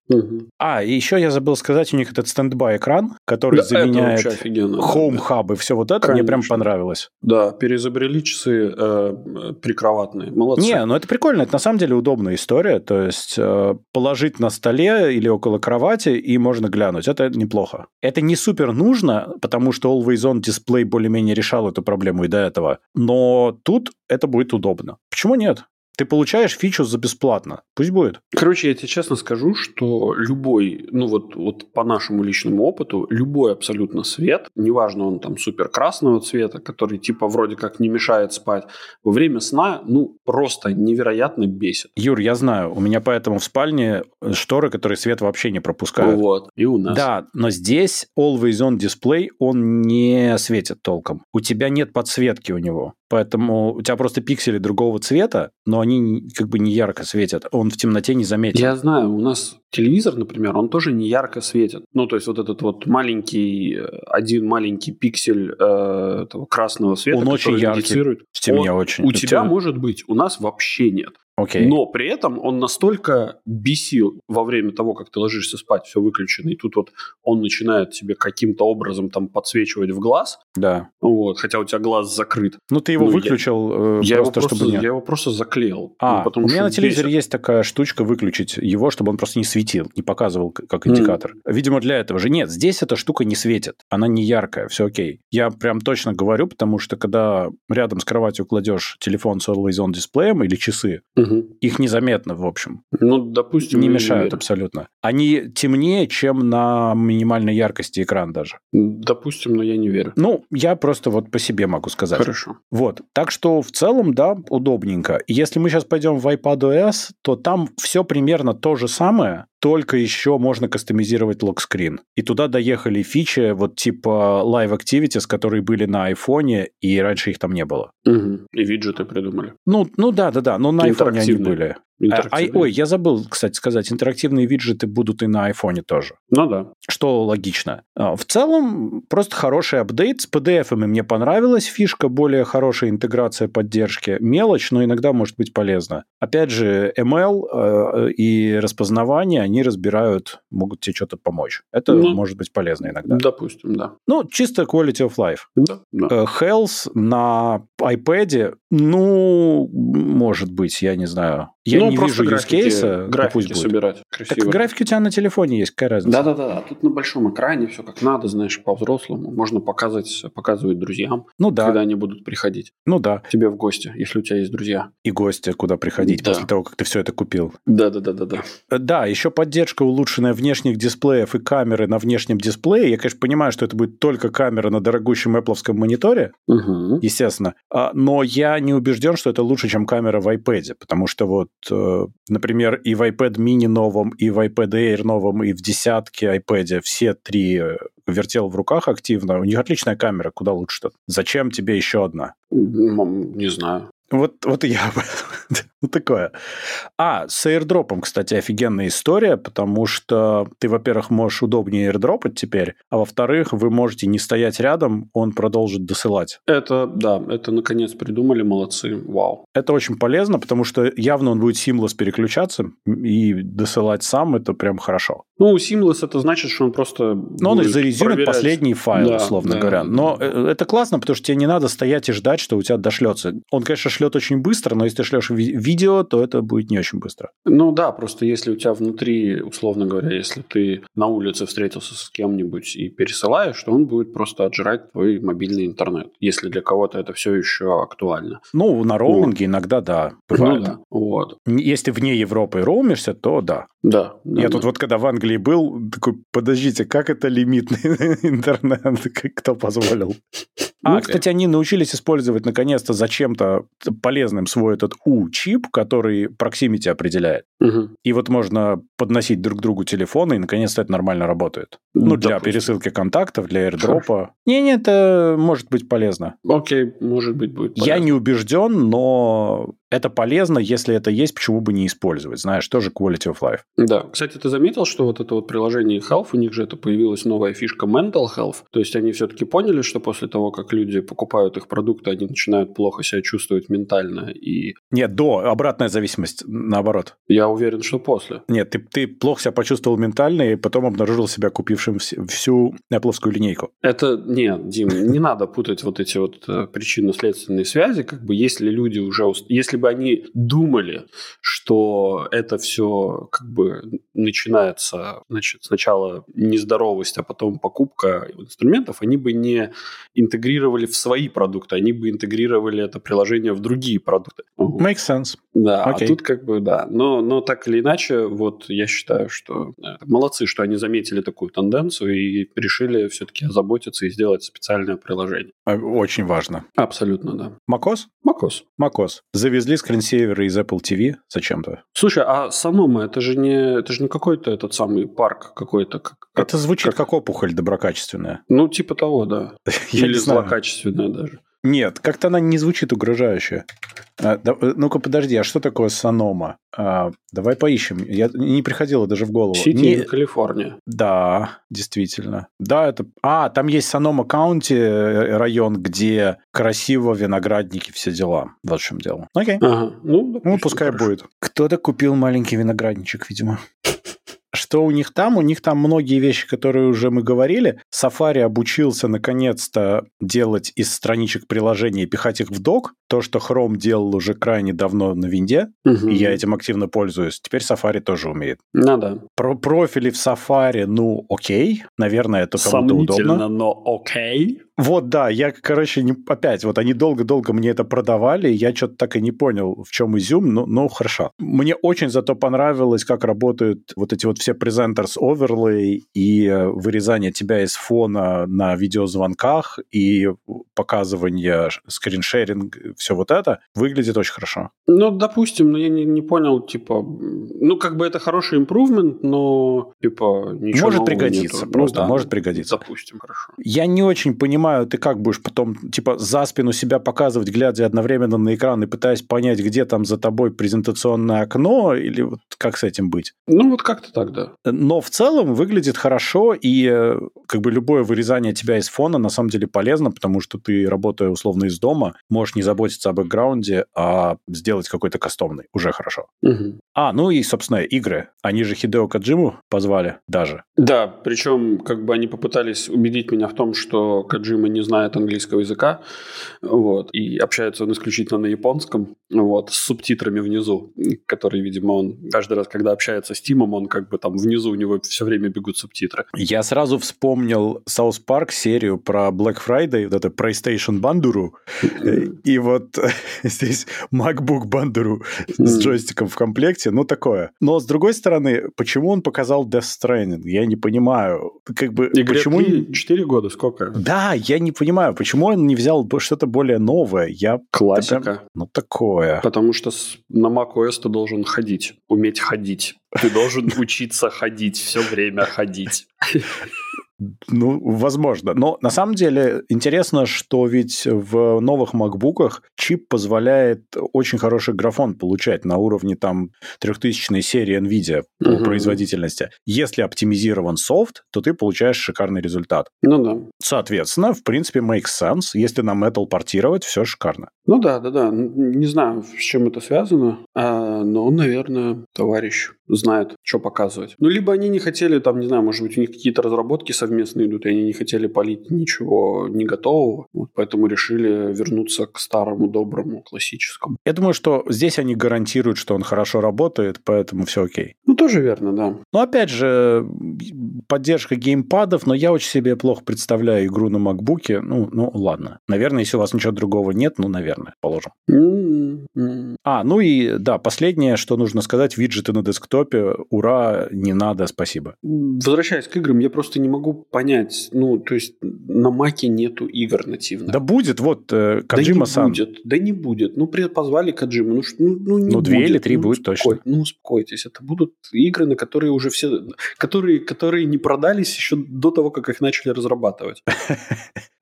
S3: А, и еще я забыл сказать, у них этот стендбай-экран, который
S2: Да, это вообще
S3: заменяет
S2: офигенно.
S3: хоум-хаб и все вот это. Мне прям
S2: Конечно.
S3: понравилось.
S2: Да, переизобрели часы э, э, прикроватные. Молодцы.
S3: Не, ну это прикольно, это на самом деле удобная история. То есть э, положить на столе или около кровати и можно глянуть. Это неплохо. Это не супер нужно, потому что Always On Display более-менее решал эту проблему и до этого. Но тут это будет удобно. Почему нет? Ты получаешь фичу за бесплатно. Пусть будет.
S2: Короче, я тебе честно скажу, что любой, ну вот, вот по нашему личному опыту, любой абсолютно свет, неважно он там супер красного цвета, который типа вроде как не мешает спать, во время сна, ну просто невероятно бесит.
S3: Юр, я знаю, у меня поэтому в спальне шторы, которые свет вообще не пропускают.
S2: Вот. И у нас.
S3: Да, но здесь Always On Display, он не светит толком. У тебя нет подсветки у него. Поэтому у тебя просто пиксели другого цвета, но они н- как бы не ярко светят. Он в темноте не заметит.
S2: Я знаю, у нас телевизор, например, он тоже не ярко светит. Ну, то есть вот этот вот маленький, э, один маленький пиксель э, этого красного света,
S3: Он очень
S2: который
S3: яркий.
S2: индицирует,
S3: В темне
S2: он-
S3: очень.
S2: У тебя ну, может быть, у нас вообще нет.
S3: Окей.
S2: Но при этом он настолько бесил во время того, как ты ложишься спать, все выключено, и тут вот он начинает тебе каким-то образом там подсвечивать в глаз,
S3: Да.
S2: вот, хотя у тебя глаз закрыт.
S3: Ну, ты его
S2: Ну, я-
S3: выключил э,
S2: Я,
S3: просто,
S2: его, просто,
S3: чтобы... не-
S2: я его просто заклеил.
S3: А,
S2: ну, потому
S3: у меня
S2: что
S3: на телевизоре
S2: бесит.
S3: есть такая штучка выключить его, чтобы он просто не светил, не показывал к- как индикатор. Видимо, для этого же. Нет, здесь эта штука не светит, она не яркая, все окей. Я прям точно говорю, потому что когда рядом с кроватью кладешь телефон с Always On дисплеем или часы,
S2: Мгм.
S3: их незаметно, в общем,
S2: Ну, допустим... э,
S3: не
S2: я
S3: мешают
S2: верю.
S3: абсолютно. Они темнее, чем на минимальной яркости экран даже.
S2: Допустим, но я не верю.
S3: Ну, я просто вот по себе могу сказать.
S2: Хорошо.
S3: Вот. Так что в целом, да, удобненько. И Если мы сейчас пойдем в iPadOS, то там все примерно то же самое, только еще можно кастомизировать локскрин. И туда доехали фичи вот типа Live Activities, которые были на айфоне, и раньше их там не было.
S2: Мгм. И виджеты придумали.
S3: Ну, ну да, да, да, но на айфоне они
S2: Интерактивные.
S3: были. А, ай-
S2: Интерактивные.
S3: ой, я забыл, кстати, сказать, интерактивные виджеты будут и на айфоне тоже
S2: Ну да.
S3: что логично. А, В целом, просто хороший апдейт с PDF. -ами. Мне понравилась фишка, более хорошая интеграция поддержки. Мелочь, но иногда может быть полезно. Опять же, ML э, и распознавание, они разбирают, могут тебе что-то помочь. Это
S2: Ну,
S3: может быть полезно иногда.
S2: Допустим, да.
S3: Ну, чисто quality of life.
S2: Да. да.
S3: Э, Health на iPad, ну, может быть, я не знаю. Я
S2: ну,
S3: не
S2: просто
S3: вижу use
S2: графики-
S3: case, ну,
S2: графики
S3: пусть будет.
S2: собирать.
S3: Так
S2: Красиво.
S3: графики у тебя на телефоне есть, какая разница?
S2: Да-да-да, а тут на большом экране все как надо, знаешь, по-взрослому. Можно показать, показывать друзьям,
S3: Ну да,
S2: когда они будут приходить
S3: ну да.
S2: к тебе в гости, если у тебя есть друзья.
S3: и гостя, куда приходить
S2: Да.
S3: после того, как ты все это купил.
S2: Да-да-да-да-да.
S3: Э, Да, еще поддержка улучшенная внешних дисплеев и камеры на внешнем дисплее. Я, конечно, понимаю, что это будет только камера на дорогущем Apple мониторе,
S2: Мгм.
S3: естественно, А, но я не убежден, что это лучше, чем камера в iPad, потому что вот, э, например, и в iPad mini новом, и в iPad Air новом, и в десятке iPad все три э, вертел в руках активно. У них отличная камера, куда лучше-то. Зачем тебе еще одна?
S2: М, Не знаю.
S3: Вот, вот и я об этом. *laughs* Ну, такое. А, с airdrop, кстати, офигенная история, потому что ты, во-первых, можешь удобнее airdropать теперь, а во-вторых, вы можете не стоять рядом, он продолжит досылать.
S2: Это, да, это наконец придумали, молодцы, вау.
S3: Это очень полезно, потому что явно он будет seamless переключаться и досылать сам, это прям хорошо.
S2: Ну, seamless это значит, что он просто...
S3: Но он зарезюмит проверять. последний файл, да, условно да, говоря. Но да. это классно, потому что тебе не надо стоять и ждать, что у тебя дошлется. Он, конечно, шлет очень быстро, но если ты шлешь ви- видео, то это будет не очень быстро.
S2: Ну да, просто если у тебя внутри, условно говоря, если ты на улице встретился с кем-нибудь и пересылаешь, то он будет просто отжирать твой мобильный интернет, если для кого-то это все еще актуально.
S3: Ну, на роуминге вот. иногда да, бывает. Ну, да.
S2: Вот.
S3: Если вне Европы роумишься, то да.
S2: Да.
S3: да Я да. тут вот когда в Англии был, такой, подождите, как это лимитный *laughs* интернет? Кто позволил?
S2: Ну,
S3: А, okay. кстати, они научились использовать наконец-то зачем-то полезным свой этот U-чип, который proximity определяет.
S2: Угу.
S3: И вот можно подносить друг другу телефоны, и наконец-то это нормально работает. Ну, для Допустим. пересылки контактов, для аирдропа. Не-не, это может быть полезно.
S2: Окей, okay, может быть, будет
S3: полезно. Я не убежден, но это полезно, если это есть, почему бы не использовать? Знаешь, тоже quality of life.
S2: Да. Кстати, ты заметил, что вот это вот приложение Health, у них же это появилась новая фишка Mental Health. То есть они все-таки поняли, что после того, как люди покупают их продукты, они начинают плохо себя чувствовать ментально и...
S3: Нет, до, обратная зависимость, наоборот.
S2: Я уверен, что после.
S3: Нет, ты, ты плохо себя почувствовал ментально и потом обнаружил себя купившим всю Apple линейку.
S2: Это, нет, Дим, не надо путать вот эти вот э, причинно-следственные связи. Как бы если люди уже... Если бы они думали, что это все как бы начинается, значит, сначала нездоровость, а потом покупка инструментов, они бы не интегрировали в свои продукты, они бы интегрировали это приложение в другие продукты.
S3: Makes sense.
S2: Да, okay. а тут как бы, да. Но, но так или иначе, вот я считаю, что э, молодцы, что они заметили такую тенденцию и решили все-таки озаботиться и сделать специальное приложение.
S3: А, Очень важно.
S2: Абсолютно, да.
S3: Макос?
S2: Макос.
S3: Макос. Завезли скринсейверы из Apple TV зачем-то.
S2: Слушай, а самому это же не, это же не какой-то этот самый парк какой-то. Как,
S3: как, это звучит как... как опухоль доброкачественная.
S2: Ну, типа того, да. Или злокачественная даже.
S3: Нет, как-то она не звучит угрожающе. А, да, ну-ка, подожди, а что такое Санома? А, давай поищем. Я не приходило даже в голову.
S2: Сити,
S3: не...
S2: Калифорния.
S3: Да, действительно. Да, это... А, там есть Санома Каунти, район, где красиво виноградники, все дела. Вот в чем дело. Окей.
S2: Ага. Ну, допустим,
S3: ну, пускай хорошо. будет. Кто-то купил маленький виноградничек, видимо что у них там? У них там многие вещи, которые уже мы говорили. Safari обучился наконец-то делать из страничек приложений, пихать их в док. То, что Chrome делал уже крайне давно на винде, угу. и я этим активно пользуюсь. Теперь Safari тоже умеет.
S2: Ну да.
S3: Про профили в Safari, ну окей. Наверное, это кому-то удобно.
S2: но окей.
S3: Вот, да, я, короче, не, опять, вот они долго-долго мне это продавали, я что-то так и не понял, в чем изюм, но, но хорошо. Мне очень зато понравилось, как работают вот эти вот все презентерс оверлей и э, вырезание тебя из фона на видеозвонках и показывание скриншеринг, все вот это, выглядит очень хорошо.
S2: Ну, допустим, но я не, не понял, типа, ну, как бы это хороший импровмент, но, типа, ничего
S3: Может пригодиться, нету. просто, ну, да, может пригодиться.
S2: Допустим, хорошо.
S3: Я не очень понимаю, понимаю, ты как будешь потом, типа, за спину себя показывать, глядя одновременно на экран и пытаясь понять, где там за тобой презентационное окно, или вот как с этим быть?
S2: Ну, вот как-то так, да.
S3: Но в целом выглядит хорошо, и э, как бы любое вырезание тебя из фона на самом деле полезно, потому что ты, работая условно из дома, можешь не заботиться о бэкграунде, а сделать какой-то кастомный. Уже хорошо.
S2: Угу.
S3: А, ну и, собственно, игры. Они же Хидео Каджиму позвали даже.
S2: Да, причем как бы они попытались убедить меня в том, что Каджима не знает английского языка, вот, и общается он исключительно на японском, вот, с субтитрами внизу, которые, видимо, он каждый раз, когда общается с Тимом, он как бы там внизу у него все время бегут субтитры.
S3: Я сразу вспомнил Саус Парк серию про Black Friday, вот это PlayStation Бандуру,
S2: Э.
S3: и вот *laughs* здесь MacBook Бандуру с джойстиком в комплекте, ну, такое. Но, с другой стороны, почему он показал Death Stranding? Я не понимаю. Как бы,
S2: Игре
S3: почему...
S2: 4 года, сколько?
S3: Да, я не понимаю, почему он не взял что-то более новое. Я
S2: классика. Тогда,
S3: ну такое.
S2: Потому что на macOS ты должен ходить, *laughs* уметь ходить. Ты должен учиться ходить все время ходить.
S3: Ну, возможно. Но на самом деле интересно, что ведь в новых MacBook чип позволяет очень хороший графон получать на уровне там 3000 серии NVIDIA по
S2: Мгм.
S3: производительности. Если оптимизирован софт, то ты получаешь шикарный результат.
S2: Ну да.
S3: Соответственно, в принципе, makes sense. Если на Metal портировать, все шикарно.
S2: Ну да, да, да. Н- Не знаю, с чем это связано, а, но, наверное, товарищ знает, что показывать. Ну, либо они не хотели, там, не знаю, может быть, у них какие-то разработки совместные идут, и они не хотели полить ничего не готового, вот, поэтому решили вернуться к старому, доброму, классическому.
S3: Я думаю, что здесь они гарантируют, что он хорошо работает, поэтому все окей.
S2: Ну, тоже верно, да.
S3: Но опять же, поддержка геймпадов, но я очень себе плохо представляю игру на макбуке. Ну, ну ладно. Наверное, если у вас ничего другого нет, ну, наверное, положим.
S2: М, м.
S3: А, ну и да, последнее, что нужно сказать, виджеты на десктопе. Ура, не надо, спасибо.
S2: Возвращаясь к играм, я просто не могу понять, ну, то есть на Маке нету игр нативных.
S3: Да будет, вот, э,
S2: Да не
S3: Каджима-сан.
S2: будет, да не будет. Ну, при- позвали Каджиму, ну, ш- ну, ну, не
S3: Ну, две
S2: будет.
S3: или три будет точно.
S2: Ну, успокойтесь, это будут игры, на которые уже все... Которые, которые не продались еще до того, как их начали
S3: *laughs*
S2: разрабатывать.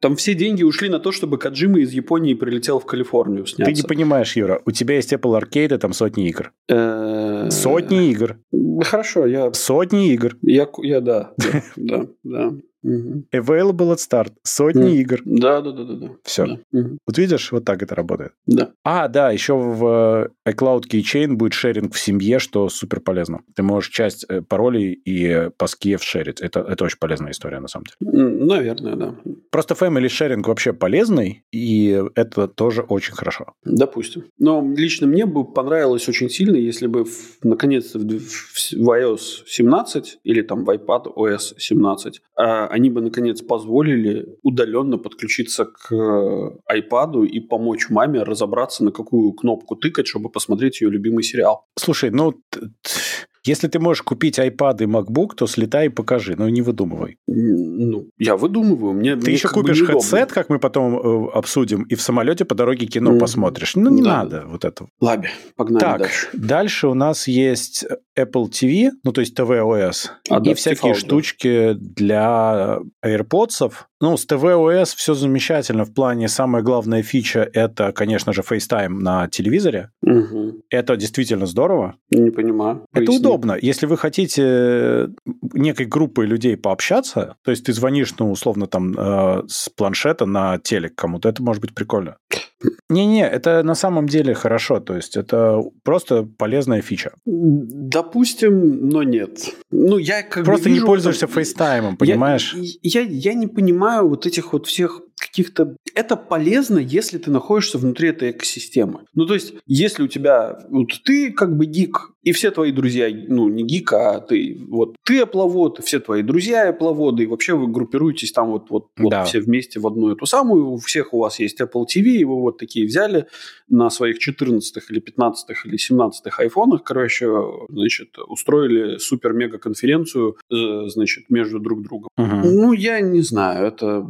S2: Там все деньги ушли на то, чтобы Каджима из Японии прилетел в Калифорнию
S3: Ты не
S2: сняться.
S3: понимаешь, Юра, у тебя есть Apple Arcade, и там сотни игр.
S2: Э,
S3: Сотни игр.
S2: Да Хорошо, я...
S3: Сотни игр.
S2: Я, ку- я да,
S3: *laughs*
S2: да, да, да. Мгм.
S3: Available at start.
S2: Мгм.
S3: Сотни игр.
S2: Да, да, да, да, да.
S3: Все.
S2: Да. Мгм.
S3: Вот видишь, вот так это работает.
S2: Да.
S3: А, да, еще в э, iCloud Keychain будет шеринг в семье, что супер полезно. Ты можешь часть э, паролей и э, паскиев шерить. Это, это очень полезная история, на самом деле.
S2: М, Наверное, да.
S3: Просто family sharing вообще полезный, и это тоже очень хорошо.
S2: Допустим. Но лично мне бы понравилось очень сильно, если бы в- наконец-то в, д- в с- в iOS 17 или там в iPad OS 17 а, они бы наконец позволили удаленно подключиться к э, iPad и помочь маме разобраться, на какую кнопку тыкать, чтобы посмотреть ее любимый сериал.
S3: Слушай, ну, т- т- если ты можешь купить iPad и MacBook, то слетай и покажи, но не выдумывай.
S2: М, Ну, я выдумываю. Мне,
S3: Ты еще купишь хедсет, как мы потом э, обсудим, и в самолете по дороге кино
S2: Мгм.
S3: посмотришь. Ну, не
S2: Да.
S3: надо вот этого.
S2: Ладно, погнали
S3: Так,
S2: дальше.
S3: дальше у нас есть Apple TV, ну то есть TVOS,
S2: А,
S3: и
S2: да,
S3: всякие
S2: TV, да.
S3: штучки для AirPods. Ну, с TVOS все замечательно в плане, самая главная фича – это, конечно же, FaceTime на телевизоре.
S2: Мгм.
S3: Это действительно здорово.
S2: Не понимаю.
S3: Это
S2: Поясни.
S3: удобно. Если вы хотите э, некой группой людей пообщаться, то есть ты звонишь, ну, условно, там, э, с планшета на телек кому-то, это может быть прикольно. Не-не, это на самом деле хорошо. То есть это просто полезная фича.
S2: Допустим, но нет. Ну, я как бы
S3: Просто не
S2: вижу в
S3: пользуешься
S2: этом-
S3: фейстаймом, понимаешь?
S2: Я, я, я не понимаю вот этих вот всех каких-то... Это полезно, если ты находишься внутри этой экосистемы. Ну, то есть, если у тебя... Вот ты как бы гик, и все твои друзья, ну, не гик, а ты... Вот ты эпловод, все твои друзья эпловоды, и вообще вы группируетесь там вот, вот, вот
S3: Да.
S2: все вместе в одну эту самую. У всех у вас есть Apple TV, и вы вот такие взяли на своих 14-х или 15-х или 17-х айфонах, короче, значит, устроили супер-мега-конференцию, э, значит, между друг другом.
S3: Мгм.
S2: Ну, я не знаю, это...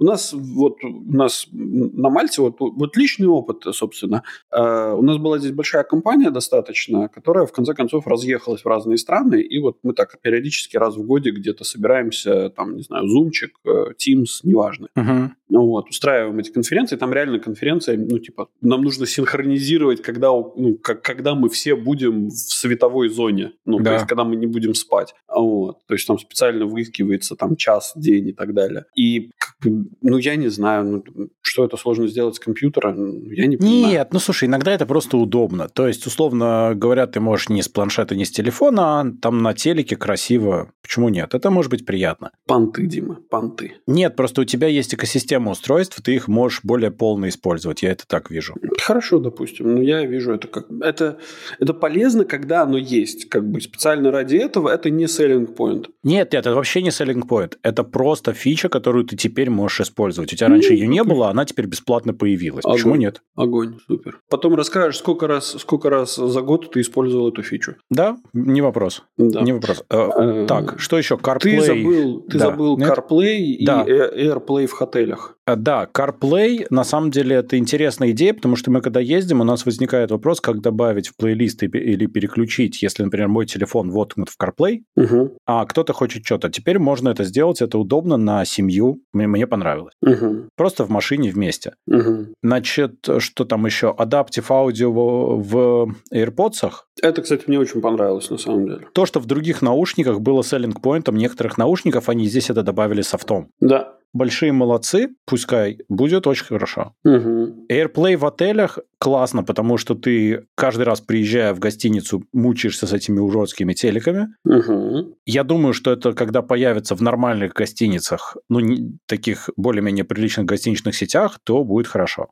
S2: У нас вот, у нас на Мальте, вот, вот личный опыт, собственно, Э, у нас была здесь большая компания достаточно, которая, в конце концов, разъехалась в разные страны, и вот мы так периодически раз в годе где-то собираемся, там, не знаю, зумчик, э, Teams, неважно.
S3: Мгм.
S2: Ну вот, устраиваем эти конференции, там реально конференция, ну, типа, нам нужно синхронизировать, когда, у- ну, как, когда мы все будем в световой зоне, ну,
S3: Да.
S2: то есть, когда мы не будем спать, А вот, то есть, там специально выискивается, там, час, день и так далее, и, как бы, ну, я не знаю, ну, что это сложно сделать с компьютера, ну, я не понимаю.
S3: Нет, ну слушай, иногда это просто удобно. То есть, условно говоря, ты можешь не с планшета, не с телефона, а там на телеке красиво. Почему нет? Это может быть приятно.
S2: Понты, Дима, понты.
S3: Нет, просто у тебя есть экосистема устройств, ты их можешь более полно использовать. Я это так вижу.
S2: Хорошо, допустим. Но я вижу это как... Это, это полезно, когда оно есть. Как бы специально ради этого это не selling point.
S3: Нет, нет, это вообще не selling point. Это просто фича, которую ты теперь можешь использовать. У тебя раньше
S2: Ну,
S3: ее не было, она теперь бесплатно появилась.
S2: Огонь.
S3: Почему нет?
S2: Огонь, супер. Потом расскажешь, сколько раз, сколько раз за год ты использовал эту фичу.
S3: Да, не вопрос.
S2: Да.
S3: Не вопрос. Э,
S2: Э,
S3: Так, что еще? CarPlay.
S2: Ты забыл, ты
S3: Да.
S2: забыл
S3: Нет?
S2: CarPlay и
S3: Да.
S2: Air- AirPlay в отелях.
S3: А, Да, CarPlay, на самом деле, это интересная идея, потому что мы, когда ездим, у нас возникает вопрос, как добавить в плейлист или переключить, если, например, мой телефон воткнут в CarPlay,
S2: Угу.
S3: а кто-то хочет что-то. Теперь можно это сделать, это удобно на семью, мне, мне понравилось.
S2: Угу.
S3: Просто в машине вместе.
S2: Угу.
S3: Значит, что там еще? Адаптив аудио в- в AirPods.
S2: Это, кстати, мне очень понравилось на самом деле.
S3: То, что в других наушниках было селлинг поинтом некоторых наушников, они здесь это добавили софтом.
S2: Да.
S3: Большие молодцы, пускай будет очень хорошо.
S2: Угу.
S3: AirPlay в отелях классно, потому что ты каждый раз, приезжая в гостиницу, мучаешься с этими уродскими телеками.
S2: Угу.
S3: Я думаю, что это когда появится в нормальных гостиницах, ну, не- таких более-менее приличных гостиничных сетях, то будет хорошо.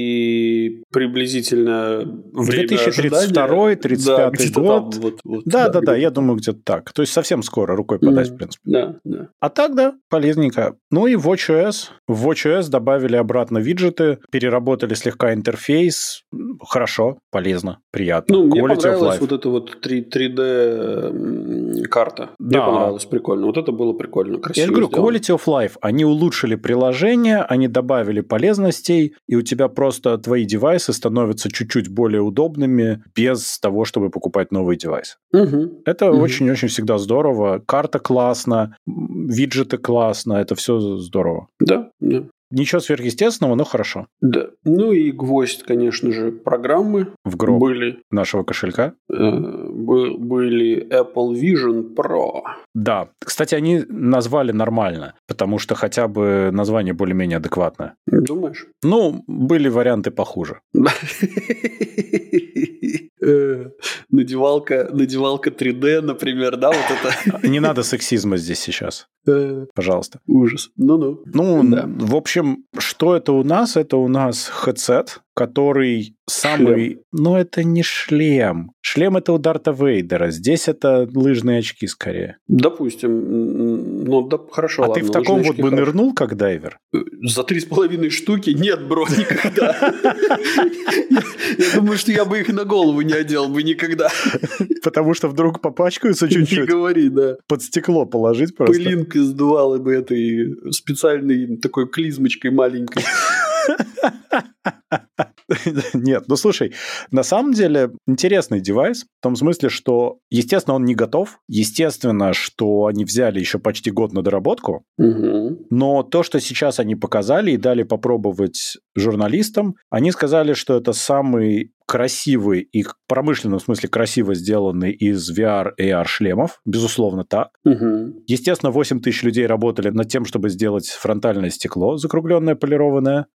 S2: И приблизительно время
S3: 2032-й,
S2: ожидания-
S3: 35-й
S2: да, где-то там
S3: год.
S2: вот- вот,
S3: Да-да-да,
S2: где-то.
S3: я думаю, где-то так. То есть совсем скоро рукой подать,
S2: Мгм.
S3: в принципе.
S2: Да, да.
S3: А так, да, полезненько. Ну и WatchOS. В WatchOS добавили обратно виджеты, переработали слегка интерфейс. М, Хорошо, полезно, приятно.
S2: Ну, мне
S3: Quality of
S2: понравилась
S3: life.
S2: вот эта вот 3, 3D-карта. Мне
S3: Да.
S2: понравилось, прикольно. Вот это было прикольно, красиво
S3: А. Я же говорю,
S2: сделано.
S3: quality of life. Они улучшили приложение, они добавили полезностей, и у тебя просто твои девайсы становятся чуть-чуть более удобными без того, чтобы покупать новый девайс.
S2: Мгм.
S3: Это
S2: Мгм.
S3: очень-очень всегда здорово. Карта классно, м, виджеты классно, это все здорово.
S2: Да, да.
S3: Ничего сверхъестественного, но хорошо.
S2: Да. Ну и гвоздь, конечно же, программы
S3: В гроб
S2: были.
S3: нашего кошелька.
S2: э, бы- были Apple Vision Pro.
S3: Да. Кстати, они назвали нормально, потому что хотя бы название более-менее адекватное.
S2: Думаешь?
S3: Ну, были варианты
S2: *laughs*
S3: похуже.
S2: Да. Э, Надевалка, надевалка 3D, например, да, вот
S3: Не надо сексизма здесь сейчас,
S2: это. Э,
S3: пожалуйста.
S2: Ужас. Ну-ну.
S3: Ну,
S2: Да.
S3: н- в общем, что это у нас? Это у нас хедсет, который самый... Но это не шлем. Шлем — это у Дарта Вейдера. Здесь это лыжные очки скорее.
S2: Допустим, м, ну да, хорошо.
S3: а ты в таком вот бы нырнул, как дайвер?
S2: э, За три с половиной штуки? Нет, бро, никогда. Я я думаю, что я бы их на голову не одел бы никогда.
S3: Потому что вдруг
S2: *laughs*
S3: попачкаются
S2: Не
S3: чуть-чуть.
S2: говори, да.
S3: Под стекло положить просто.
S2: пылинкой сдувала бы этой специальной такой клизмочкой маленькой.
S3: *laughs* Нет, ну слушай, на самом деле интересный девайс, в том смысле, что, естественно, он не готов, естественно, что они взяли еще почти год на доработку, но то, что сейчас они показали и дали попробовать журналистам, они сказали, что это самый красивый и в промышленном смысле красиво сделанный из VR AR шлемов, безусловно, так. Естественно, 8 тысяч людей работали над тем, чтобы сделать фронтальное стекло, закругленное, полированное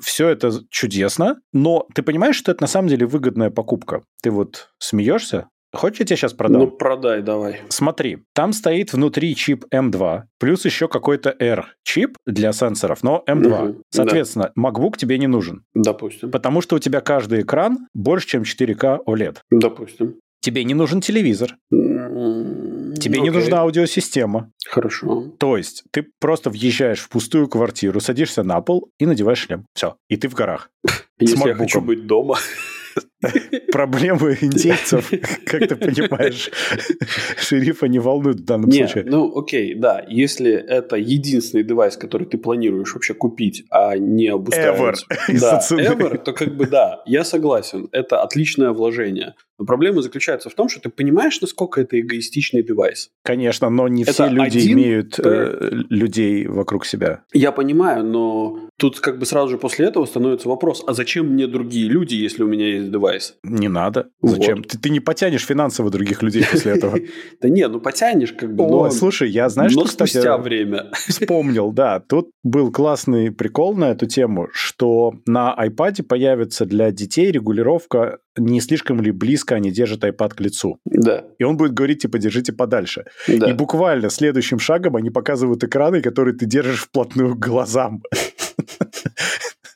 S3: все это чудесно, но ты понимаешь, что это на самом деле выгодная покупка. Ты вот смеешься? Хочешь, я тебе сейчас продам?
S2: Ну, продай давай.
S3: Смотри, там стоит внутри чип M2, плюс еще какой-то R-чип для сенсоров, но M2.
S2: Мгм,
S3: Соответственно, MacBook тебе не нужен,
S2: Допустим.
S3: потому что у тебя каждый экран больше, чем 4К OLED.
S2: Допустим.
S3: Тебе не нужен телевизор, тебе
S2: Тебе
S3: не нужна аудиосистема.
S2: Хорошо.
S3: То есть ты просто въезжаешь в пустую квартиру, садишься на пол и надеваешь шлем. Все, и ты в горах.
S2: Если я
S3: макбуком.
S2: хочу быть дома.
S3: проблемы *laughs* индейцев,
S2: *laughs*
S3: как ты понимаешь, шерифа не волнуют в данном
S2: Нет,
S3: случае.
S2: ну окей, да, если это единственный девайс, который ты планируешь вообще купить, а не обустраивать...
S3: Ever. *laughs* Из-за
S2: Да,
S3: цены.
S2: ever, то как бы да, я согласен, это отличное вложение. Но проблема заключается в том, что ты понимаешь, насколько это эгоистичный девайс.
S3: Конечно, но не
S2: Это
S3: все люди
S2: один
S3: имеют э,
S2: П.
S3: людей вокруг себя.
S2: Я понимаю, но тут как бы сразу же после этого становится вопрос, а зачем мне другие люди, если у меня есть девайс?
S3: Не надо.
S2: Вот.
S3: Зачем? Ты, ты не потянешь финансово других людей
S2: *laughs*
S3: после этого.
S2: Да не, ну потянешь как бы,
S3: О,
S2: но,
S3: слушай, я знаешь,
S2: но
S3: что, кстати,
S2: спустя время. *laughs*
S3: вспомнил, да. Тут был классный прикол на эту тему, что на iPad появится для детей регулировка, не слишком ли близко они держат iPad к лицу.
S2: Да,
S3: И он будет говорить, типа, держите подальше.
S2: да.
S3: И буквально следующим шагом они показывают экраны, которые ты держишь вплотную к глазам. *laughs*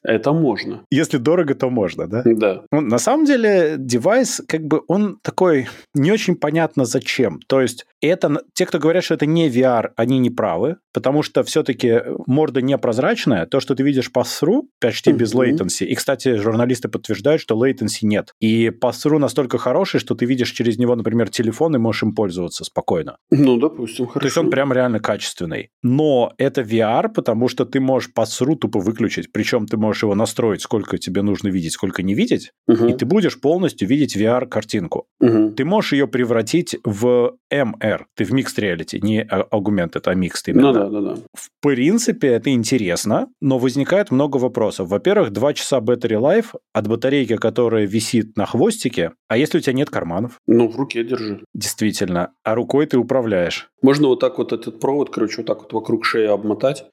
S2: Это можно.
S3: Если дорого, то можно, да?
S2: Да.
S3: Ну, на самом деле, девайс, как бы, он такой не очень понятно зачем. То есть, это на- те, кто говорят, что это не VR, они не правы, потому что все-таки морда непрозрачная, то, что ты видишь pass-through, почти без latency. И, кстати, журналисты подтверждают, что latency нет. И pass-through настолько хороший, что ты видишь через него, например, телефон и можешь им пользоваться спокойно.
S2: Ну, допустим, хорошо.
S3: То есть он прям реально качественный. Но это VR, потому что ты можешь pass-through тупо выключить, причем ты можешь его настроить, сколько тебе нужно видеть, сколько не видеть,
S2: Мгм.
S3: и ты будешь полностью видеть VR-картинку.
S2: Мгм.
S3: Ты можешь ее превратить в MR. Ты в Mixed Reality, не а- Augmented, а Mixed
S2: Ну
S3: именно.
S2: да, да, да.
S3: В принципе, это интересно, но возникает много вопросов. Во-первых, 2 часа battery life от батарейки, которая висит на хвостике, а если у тебя нет карманов,
S2: Ну, в руке держи.
S3: действительно, а рукой ты управляешь.
S2: Можно вот так вот этот провод, короче, вот так вот вокруг шеи обмотать.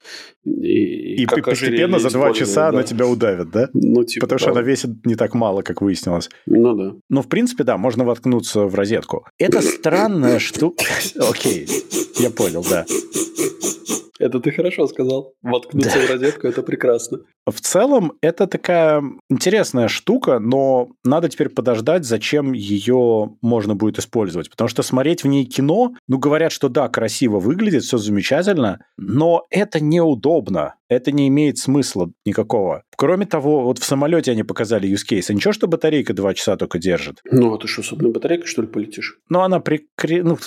S2: И,
S3: И,
S2: как
S3: ты постепенно
S2: ожерелье
S3: за 2 часа
S2: использовать, да.
S3: она тебя удавит, да?
S2: Ну, типа
S3: Потому что
S2: того.
S3: она весит не так мало, как выяснилось.
S2: Ну да.
S3: Ну, в принципе, да, можно воткнуться в розетку.
S2: *coughs*
S3: Это странная штука. Окей, я понял, да.
S2: Это ты хорошо сказал. Воткнуться в розетку – это прекрасно.
S3: В целом, это такая интересная штука, но надо теперь подождать, зачем ее можно будет использовать. Потому что смотреть в ней кино, ну, говорят, что да, красиво выглядит, все замечательно, но это неудобно. Это не имеет смысла никакого. Кроме того, вот в самолете они показали use case. И Ничего, что батарейка 2 часа только держит.
S2: Ну, а ты что, с одной батарейкой, что ли, полетишь?
S3: Но она прикре... Ну,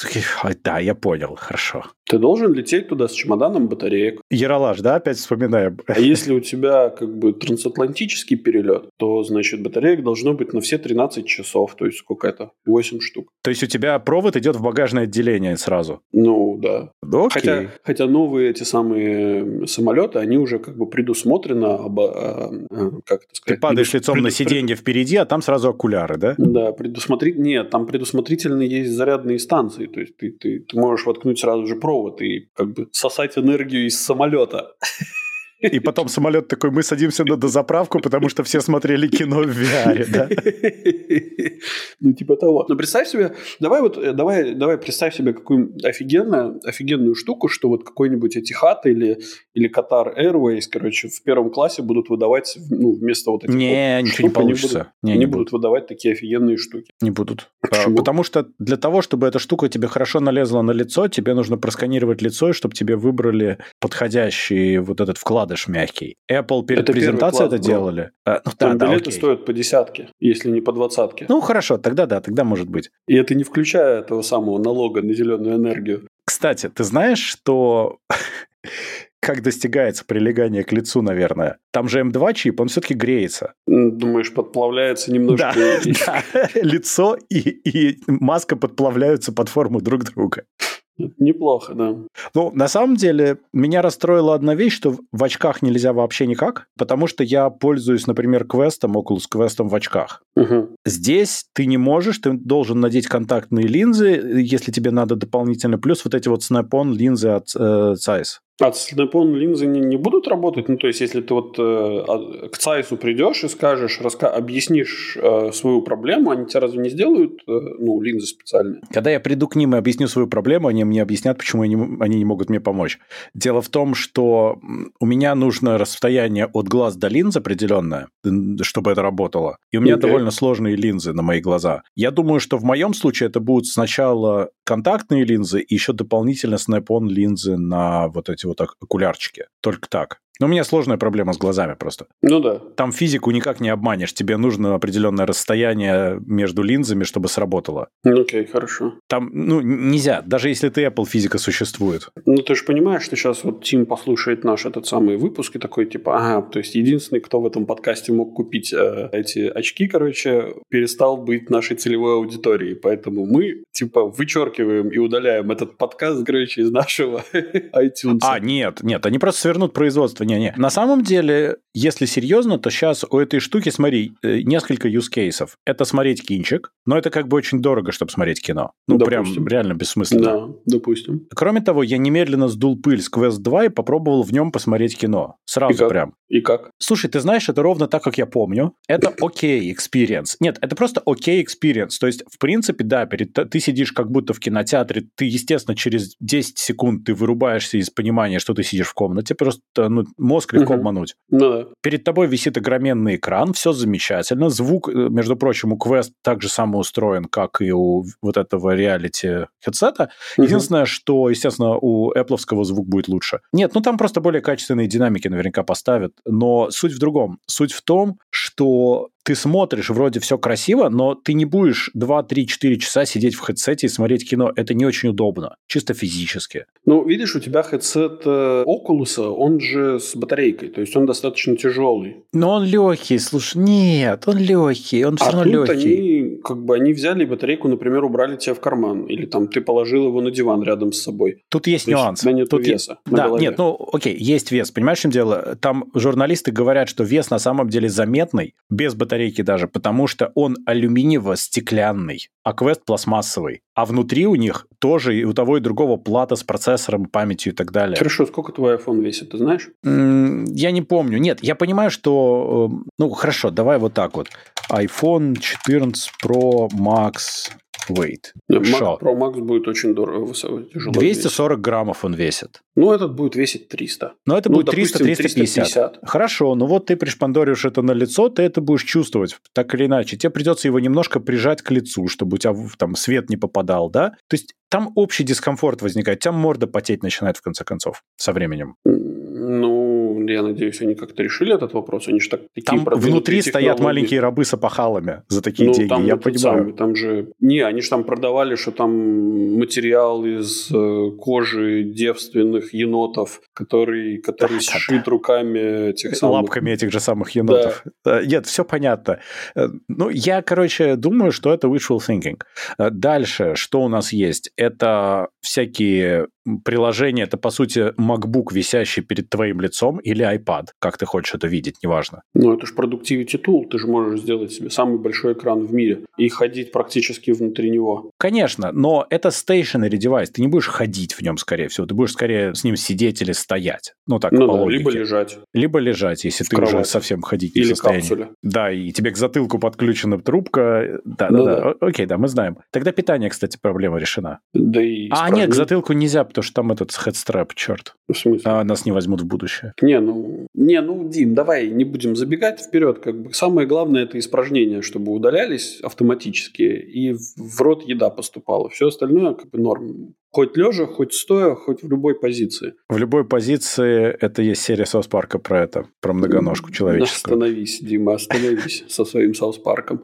S3: ой, да, я понял, хорошо.
S2: Ты должен лететь туда с чемоданом батареек.
S3: Яралаш, да, опять вспоминаем? *laughs*
S2: А если у тебя как бы трансатлантический перелет, то, значит, батареек должно быть на все 13 часов. То есть, сколько это? 8 штук.
S3: То есть у тебя провод идет в багажное отделение сразу?
S2: Ну, да.
S3: Окей.
S2: Хотя, хотя новые эти самые э, самолеты, они уже как бы предусмотрено, оба- э, э, как это
S3: Ты
S2: сказать?
S3: падаешь
S2: предус-
S3: лицом на
S2: предус-
S3: сиденье впереди, а там сразу окуляры, да?
S2: Да, предусмотри... Нет, там предусмотрительно есть зарядные станции. То есть ты, ты, ты можешь воткнуть сразу же провод и как бы сосать энергию из самолета. *laughs*
S3: И потом самолет такой, мы садимся на дозаправку, потому что все смотрели кино в VR, да?
S2: *laughs* Ну, типа того. Но представь себе, давай вот, э, давай, давай представь себе какую офигенную, офигенную штуку, что вот какой-нибудь Этихат или, или Qatar Airways, короче, в первом классе будут выдавать, ну, вместо вот этих
S3: *laughs* Не,
S2: вот штук,
S3: ничего не
S2: они
S3: получится.
S2: будут-
S3: Не,
S2: Они
S3: не
S2: будут
S3: будут.
S2: выдавать такие офигенные штуки.
S3: Не будут. А,
S2: Почему?
S3: Потому что для того, чтобы эта штука тебе хорошо налезла на лицо, тебе нужно просканировать лицо, и чтобы тебе выбрали подходящий вот этот вкладыш мягкий. Apple перед
S2: Это первый
S3: презентацией
S2: вклад,
S3: это
S2: бро.
S3: делали. А, ну да,
S2: Там
S3: да,
S2: билеты
S3: окей.
S2: стоят по десятке, если не по двадцатке.
S3: Ну хорошо, тогда да, тогда может быть.
S2: И это не включая этого самого налога на зеленую энергию.
S3: Кстати, ты знаешь, что *laughs* как достигается прилегание к лицу, наверное? Там же М2 чип, он все-таки греется.
S2: М, Думаешь, подплавляется немножко?
S3: Да, да. *laughs* Лицо и, и маска подплавляются под форму друг друга.
S2: Неплохо, да.
S3: Ну, на самом деле, меня расстроила одна вещь, что в- в очках нельзя вообще никак, потому что я пользуюсь, например, квестом, Oculus квестом в очках.
S2: Мгм.
S3: Здесь ты не можешь, ты должен надеть контактные линзы, если тебе надо дополнительно, плюс вот эти вот snap-on линзы от э, Zeiss.
S2: А слепон линзы не, не будут работать? Ну, то есть, если ты вот э, а- к ЦАИСу придешь и скажешь, раска- объяснишь э, свою проблему, они тебе разве не сделают, э, ну, линзы специальные?
S3: Когда я приду к ним и объясню свою проблему, они мне объяснят, почему я не м- они не могут мне помочь. Дело в том, что м, у меня нужно расстояние от глаз до линз определенное, м, чтобы это работало. И у меня
S2: Окей.
S3: довольно сложные линзы на мои глаза. Я думаю, что в моем случае это будут сначала контактные линзы и еще дополнительно snap-on линзы на вот эти вот ок- окулярчики. Только так. Но у меня сложная проблема с глазами просто
S2: Ну да.
S3: там физику никак не обманешь. Тебе нужно определенное расстояние между линзами, чтобы сработало.
S2: Ну, Окей, хорошо.
S3: Там, ну, н- нельзя. Даже если ты Apple физика существует.
S2: Ну, ты же понимаешь, что сейчас вот Тим послушает наш этот самый выпуск и такой, типа, ага, то есть единственный, кто в этом подкасте мог купить э, эти очки, короче, перестал быть нашей целевой аудиторией. Поэтому мы, типа, вычеркиваем и удаляем этот подкаст, короче, из нашего *laughs* iTunes.
S3: А, нет, нет, они просто свернут производство. Не-не. На самом деле, если серьезно, то сейчас у этой штуки, смотри, э, несколько юзкейсов. Это смотреть кинчик, но это как бы очень дорого, чтобы смотреть кино. Ну,
S2: Допустим.
S3: прям реально бессмысленно.
S2: да, допустим.
S3: Кроме того, я немедленно сдул пыль с Quest 2 и попробовал в нем посмотреть кино.
S2: И
S3: Сразу
S2: как?
S3: прям.
S2: И как?
S3: Слушай, ты знаешь, это ровно так, как я помню. Это окей experience. Нет, это просто окей experience. То есть, в принципе, да, перед, т- ты сидишь как будто в кинотеатре, ты, естественно, через 10 секунд ты вырубаешься из понимания, что ты сидишь в комнате, просто ну, мозг легко
S2: Мгм.
S3: обмануть.
S2: Ну да.
S3: Перед тобой висит огроменный экран, все замечательно. Звук, э, между прочим, у Quest так же само устроен, как и у в- вот этого реалити хедсета. Единственное, что, естественно, у Apple звук будет лучше. Нет, ну там просто более качественные динамики наверняка поставят. Но суть в другом. Суть в том, что ты смотришь, вроде все красиво, но ты не будешь 2, 3, 4 часа сидеть в хедсете и смотреть кино. Это не очень удобно, чисто физически.
S2: Ну, видишь, у тебя headset э, Oculus, он же с батарейкой, то есть он достаточно тяжелый.
S3: Но он легкий, слушай, нет, он легкий, он
S2: а тут они, как бы, они взяли и батарейку, например, убрали тебе в карман, или там ты положил его на диван рядом с собой.
S3: Тут есть
S2: То есть
S3: нюанс.
S2: у тебя нету
S3: Тут е-
S2: веса на
S3: Да,
S2: голове.
S3: нет, ну окей, есть вес. Понимаешь, в чем дело? Там журналисты говорят, что вес на самом деле заметный, без батарейки даже, потому что он алюминиево-стеклянный, а квест пластмассовый. А внутри у них тоже и у того и другого плата с процессором, памятью и так далее.
S2: Хорошо, сколько твой iPhone весит, ты знаешь?
S3: М, Я не помню. Нет, я понимаю, что... эм, Ну, хорошо, давай вот так вот. iPhone 14 Pro Max Weight.
S2: Mac
S3: Шо?
S2: Pro Max будет очень дорого, высоко, э, тяжело. весить.
S3: 240 граммов он весит.
S2: Ну, этот будет весить 300.
S3: Но это
S2: ну,
S3: будет
S2: допустим,
S3: 300-350.
S2: 350.
S3: Хорошо, но вот ты пришпандоришь это на лицо, ты это будешь чувствовать, так или иначе. Тебе придется его немножко прижать к лицу, чтобы у тебя в- там свет не попадал, да? То есть там общий дискомфорт возникает, у тебя морда потеть начинает в конце концов со временем.
S2: М, Ну, я надеюсь, они как-то решили этот вопрос. Они же так такие
S3: Там
S2: продвинутые
S3: внутри стоят
S2: технологии.
S3: маленькие рабы с опахалами за такие
S2: Ну,
S3: деньги,
S2: там
S3: я
S2: этот
S3: понимаю.
S2: самый, там же... Не, они же там продавали, что там материал из э, кожи девственных енотов, который, который
S3: Да-да-да.
S2: сшит руками этих самых...
S3: лапками этих же самых Э, енотов. Э, Нет, все понятно. Э, Ну, я, короче, думаю, что это wishful thinking. Э, Дальше, что у нас есть? Это всякие м, приложения, это, по сути, MacBook, висящий перед твоим лицом, или iPad, как ты хочешь это видеть, неважно.
S2: Ну, это же productivity tool. Ты же можешь сделать себе самый большой экран в мире и ходить практически внутри него.
S3: Конечно, но это stationary девайс, ты не будешь ходить в нем, скорее всего, ты будешь скорее с ним сидеть или стоять. Ну, так,
S2: ну,
S3: по
S2: да,
S3: логике.
S2: либо лежать,
S3: Либо лежать, если
S2: В
S3: ты уже
S2: кровати.
S3: совсем ходить не в
S2: или
S3: состоянии.
S2: капсуля.
S3: Да, и тебе к затылку подключена трубка. Да, да,
S2: Ну
S3: да. О- Окей, да, мы знаем. Тогда питание, кстати, проблема решена.
S2: Да и
S3: А,
S2: исправно.
S3: нет, к затылку нельзя, потому что там этот хедстрэп, черт.
S2: В смысле?
S3: А, нас не возьмут в будущее.
S2: Не, ну, не, ну, Дим, давай не будем забегать вперед. Как бы самое главное это испражнения, чтобы удалялись автоматически и в- в рот еда поступала. Все остальное как бы норм. Хоть лежа, хоть стоя, хоть в любой позиции.
S3: В любой позиции это есть серия Саус Парка про это, про многоножку человеческую.
S2: Остановись, Дима,
S3: *laughs*
S2: остановись со своим соус-парком.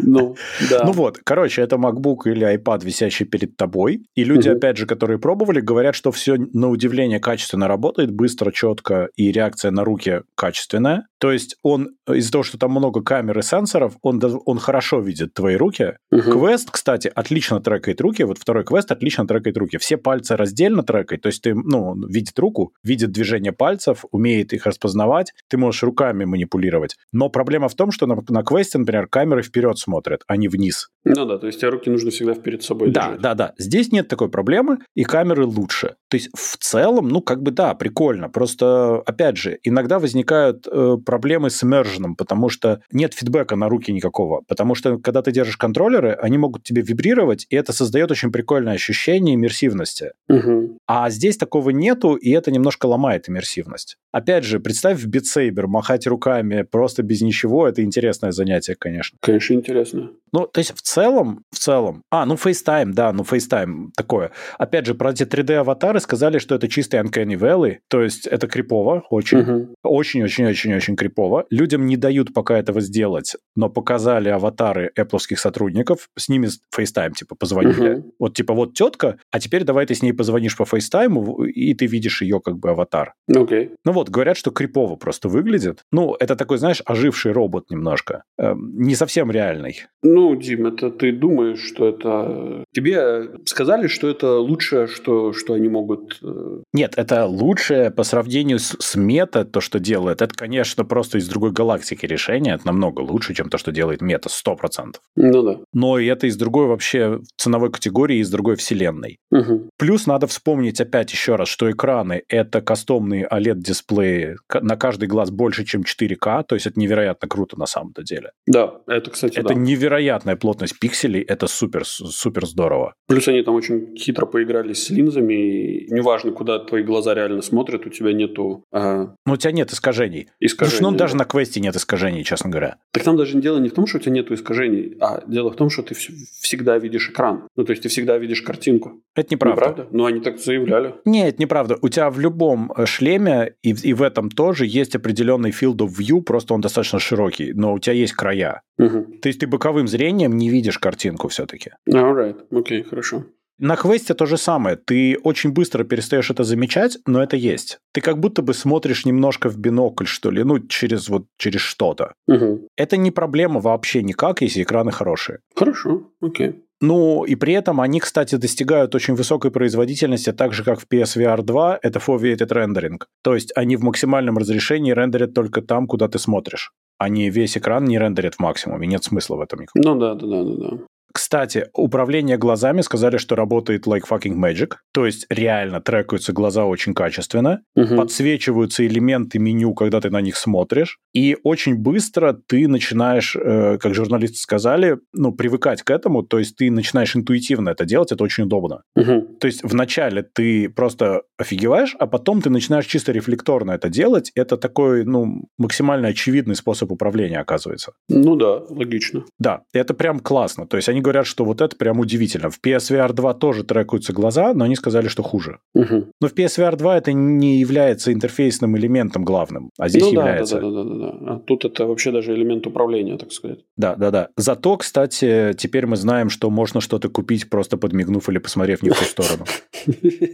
S2: Ну, да.
S3: Ну вот, короче, это MacBook или iPad, висящий перед тобой. И люди,
S2: Мгм.
S3: опять же, которые пробовали, говорят, что все на удивление качественно работает, быстро, четко, и реакция на руки качественная. То есть он, э, из-за того, что там много камер и сенсоров, он, даз- он хорошо видит твои руки.
S2: Мгм.
S3: Квест, кстати, отлично трекает руки. Вот второй квест отлично трекает руки. Все пальцы раздельно трекает. То есть ты, ну, он видит руку, видит движение пальцев, умеет их распознавать. Ты можешь руками манипулировать. Но проблема в том, что на, на квесте, например, камеры вперед смотрят, а не вниз.
S2: Ну да, то есть тебе руки нужно всегда перед собой
S3: Да,
S2: держать.
S3: да, да. Здесь нет такой проблемы, и камеры лучше. То есть в целом, ну как бы да, прикольно. Просто, опять же, иногда возникают э, проблемы с immersion, потому что нет фидбэка на руки никакого. Потому что когда ты держишь контроллеры, они могут тебе вибрировать, и это создает очень прикольное ощущение иммерсивности.
S2: Мгм.
S3: А здесь такого нету, и это немножко ломает иммерсивность. Опять же, представь в битсейбер, махать руками просто без ничего, это интересное занятие, конечно.
S2: Конечно, интересно.
S3: Ну, то есть в целом, в целом... А, ну FaceTime, да, ну FaceTime такое. Опять же, про эти 3D-аватары сказали, что это чистые Uncanny Valley, то есть это крипово очень.
S2: Мгм.
S3: Очень-очень-очень-очень крипово. Людям не дают пока этого сделать, но показали аватары эпловских сотрудников, с ними с- FaceTime, типа, позвонили.
S2: Мгм.
S3: Вот, типа, вот тетка, а теперь давай ты с ней позвонишь по FaceTime, и ты видишь ее как бы аватар.
S2: Окей.
S3: Ну вот, говорят, что крипово просто выглядит. Ну, это такой, знаешь, оживший робот немножко. Эм, не совсем реальный.
S2: Ну, Дим, это ты думаешь, что это... э, Тебе сказали, что это лучшее, что, что они могут... э,
S3: Нет, это лучшее по сравнению с, с мета, то, что делает. Это, конечно, просто из другой галактики решение. Это намного лучше, чем то, что делает мета, 100%.
S2: Ну да.
S3: Но и это из другой вообще ценовой категории, из другой вселенной.
S2: Мгм.
S3: Плюс надо вспомнить опять еще раз, что экраны – это кастомные OLED-дисплеи к- на каждый глаз больше, чем 4К. То есть это невероятно круто на самом-то деле.
S2: Ну Да, это, кстати,
S3: это
S2: да.
S3: невероятная плотность пикселей, это супер, супер здорово.
S2: Плюс они там очень хитро поигрались с линзами, и неважно, куда твои глаза реально смотрят, у тебя нету... А...
S3: Ну, у тебя нет искажений.
S2: Искажений,
S3: Слушай, ну,
S2: да.
S3: даже на квесте нет искажений, честно говоря.
S2: Так там даже дело не в том, что у тебя нету искажений, а дело в том, что ты вс- всегда видишь экран. Ну, то есть ты всегда видишь картинку.
S3: Это
S2: Ну,
S3: неправда.
S2: правда? Ну, они так заявляли.
S3: Нет, неправда. У тебя в любом э, шлеме и, в- и в этом тоже есть определенный field of view, просто он достаточно широкий, но у тебя есть края.
S2: Угу.
S3: То есть ты боковым зрением не видишь картинку все-таки.
S2: Alright, окей, хорошо.
S3: На квесте то же самое. Ты очень быстро перестаешь это замечать, но это есть. Ты как будто бы смотришь немножко в бинокль, что ли, ну, через вот через что-то.
S2: Угу.
S3: Это не проблема вообще никак, если экраны хорошие.
S2: Хорошо, окей.
S3: Ну, и при этом они, кстати, достигают очень высокой производительности, так же, как в PSVR 2, это foveated рендеринг. То есть они в максимальном разрешении рендерят только там, куда ты смотришь. Они весь экран не рендерят в максимуме, нет смысла в этом никакого.
S2: Ну да, да, да, да, да.
S3: Кстати, управление глазами сказали, что работает like fucking magic, то есть реально трекаются глаза очень качественно,
S2: Мгм.
S3: подсвечиваются элементы меню, когда ты на них смотришь, и очень быстро ты начинаешь, э, как журналисты сказали, ну, привыкать к этому, то есть ты начинаешь интуитивно это делать, это очень удобно.
S2: Мгм.
S3: То есть вначале ты просто офигеваешь, а потом ты начинаешь чисто рефлекторно это делать, это такой, ну, максимально очевидный способ управления, оказывается.
S2: Ну да, логично.
S3: Да, это прям классно. То есть они говорят, что вот это прям удивительно. В PSVR 2 тоже трекаются глаза, но они сказали, что хуже.
S2: Мгм.
S3: Но в PSVR 2 это не является интерфейсным элементом главным, а здесь
S2: ну да,
S3: является.
S2: да, да, да, да, да. А тут это вообще даже элемент управления, так сказать.
S3: да, да, да. Зато, кстати, теперь мы знаем, что можно что-то купить, просто подмигнув или посмотрев не в
S2: *laughs*
S3: ту сторону.
S2: *laughs*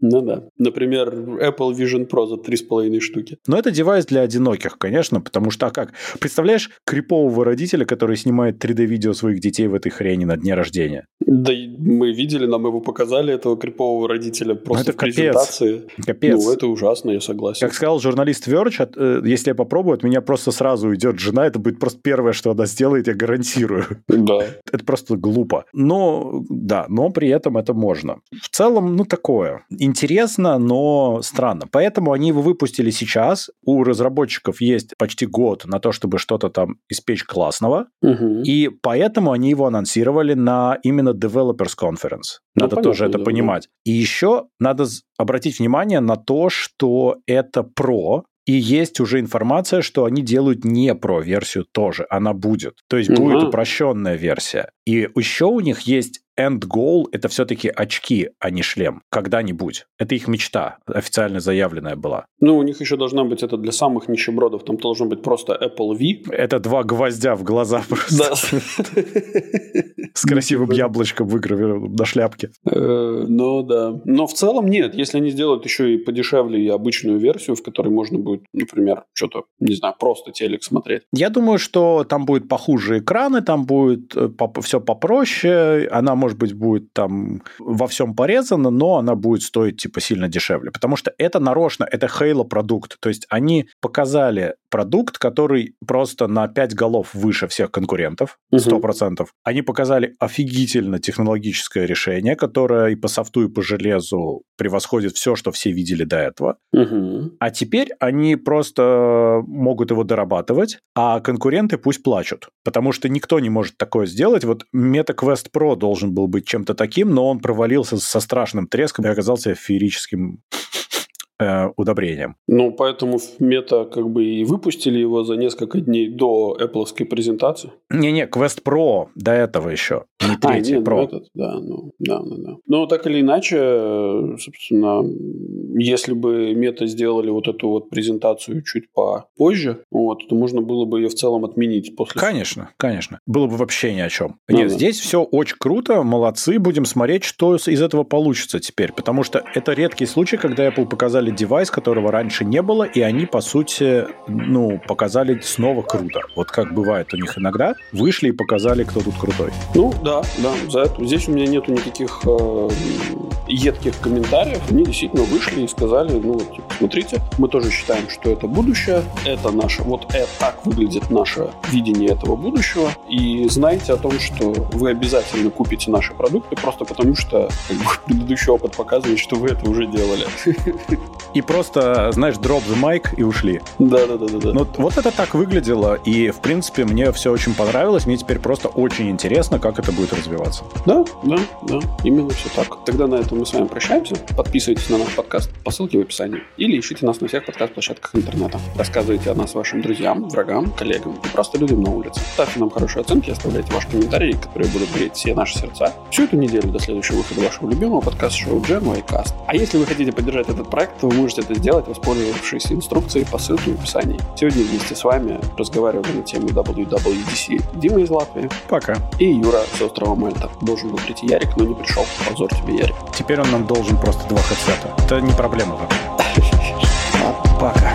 S2: Ну да. Например, Apple Vision Pro за 3,5 штуки.
S3: Но это девайс для одиноких, конечно, потому что, а как? Представляешь крипового родителя, который снимает 3D-видео своих детей в этой хрени на дне рождения?
S2: Да и мы видели, нам его показали, этого крипового родителя, просто
S3: Ну, это
S2: в
S3: капец.
S2: презентации.
S3: Капец.
S2: Ну, это ужасно, я согласен.
S3: Как сказал журналист Verge, от, э, если я попробую, от меня просто сразу уйдет жена, это будет просто первое, что она сделает, я гарантирую.
S2: Да.
S3: это просто глупо. Но, да, но при этом это можно. В целом, ну, такое. Интересно, но странно. Поэтому они его выпустили сейчас. У разработчиков есть почти год на то, чтобы что-то там испечь классного.
S2: Мгм.
S3: И поэтому они его анонсировали на именно Developers Conference.
S2: Ну,
S3: Надо
S2: понятно,
S3: тоже это
S2: да,
S3: понимать. И еще надо з- обратить внимание на то, что это про, и есть уже информация, что они делают не про версию тоже, она будет. То есть будет
S2: Мгм.
S3: упрощенная версия. И еще у них есть end goal, это все-таки очки, а не шлем. Когда-нибудь. Это их мечта, официально заявленная была.
S2: Ну, у них еще должна быть это для самых нищебродов. Там должно быть просто Apple
S3: *laughs*
S2: V.
S3: Это два гвоздя в глаза *laughs* просто
S2: Да. *laughs*
S3: с красивым яблочком выгравированным на шляпке.
S2: Э, Ну да. Но в целом нет. Если они сделают еще и подешевле и обычную версию, в которой можно будет, например, что-то, не знаю, просто телек смотреть.
S3: Я думаю, что там будет похуже экраны, там будет все попроще, она, может быть, будет там во всем порезана, но она будет стоить типа сильно дешевле, потому что это нарочно, это Halo продукт, то есть они показали продукт, который просто на 5 голов выше всех конкурентов,
S2: Мгм.
S3: 100%. Они показали офигительно технологическое решение, которое и по софту, и по железу превосходит все, что все видели до этого.
S2: Мгм.
S3: А теперь они просто э, могут его дорабатывать, а конкуренты пусть плачут. Потому что никто не может такое сделать. Вот MetaQuest Pro должен был быть чем-то таким, но он провалился со страшным треском и оказался феерическим э, удобрением.
S2: Ну, поэтому в мета как бы и выпустили его за несколько дней до Apple презентации.
S3: Не-не, Quest Pro до этого еще. Не третий,
S2: А, нет,
S3: Pro.
S2: ну, этот, да, ну, да, да, да. Ну, так или иначе, э, собственно, м, если бы мета сделали вот эту вот презентацию чуть попозже, вот, то можно было бы ее в целом отменить после...
S3: Конечно, конечно. Было бы вообще ни о чем.
S2: Ну
S3: Нет,
S2: да.
S3: здесь все очень круто, молодцы, будем смотреть, что с- из этого получится теперь, потому что это редкий случай, когда Apple показали девайс, которого раньше не было, и они, по сути, ну, показали снова круто. Вот как бывает у них иногда, вышли и показали, кто тут крутой.
S2: Ну, да, да, за это. Здесь у меня нету никаких э, едких комментариев. Они действительно вышли и сказали, ну, вот, типа, смотрите, мы тоже считаем, что это будущее, это наше, вот э- так выглядит наше видение этого будущего, и знайте о том, что вы обязательно купите наши *laughs* продукты, просто потому что как бы, предыдущий опыт показывает, что вы это уже делали.
S3: и просто, знаешь, дроп the mic и ушли.
S2: Да-да-да.
S3: Ну, вот это так выглядело, и, в принципе, мне все очень понравилось. Мне теперь просто очень интересно, как это будет развиваться.
S2: Да, да, да, именно все так. Тогда на этом мы с вами прощаемся. Подписывайтесь на наш подкаст по ссылке в описании или ищите нас на всех подкаст-площадках интернета. Рассказывайте о нас вашим друзьям, врагам, коллегам и просто людям на улице. Ставьте нам хорошие оценки, оставляйте ваши комментарии, которые будут греть все наши сердца. Всю эту неделю до следующего выхода вашего любимого подкаст-шоу Джем и Каст. А если вы хотите поддержать этот проект, то вы можете это сделать, воспользовавшись инструкцией по ссылке в описании. Сегодня вместе с вами разговаривали на тему WWDC Дима из Латвии
S3: Пока.
S2: и Юра с острова Мальта. Должен был прийти Ярик, но не пришел. Позор тебе, Ярик. *laughs*
S3: Теперь он нам должен просто два хедсета. Это не проблема вообще. Пока.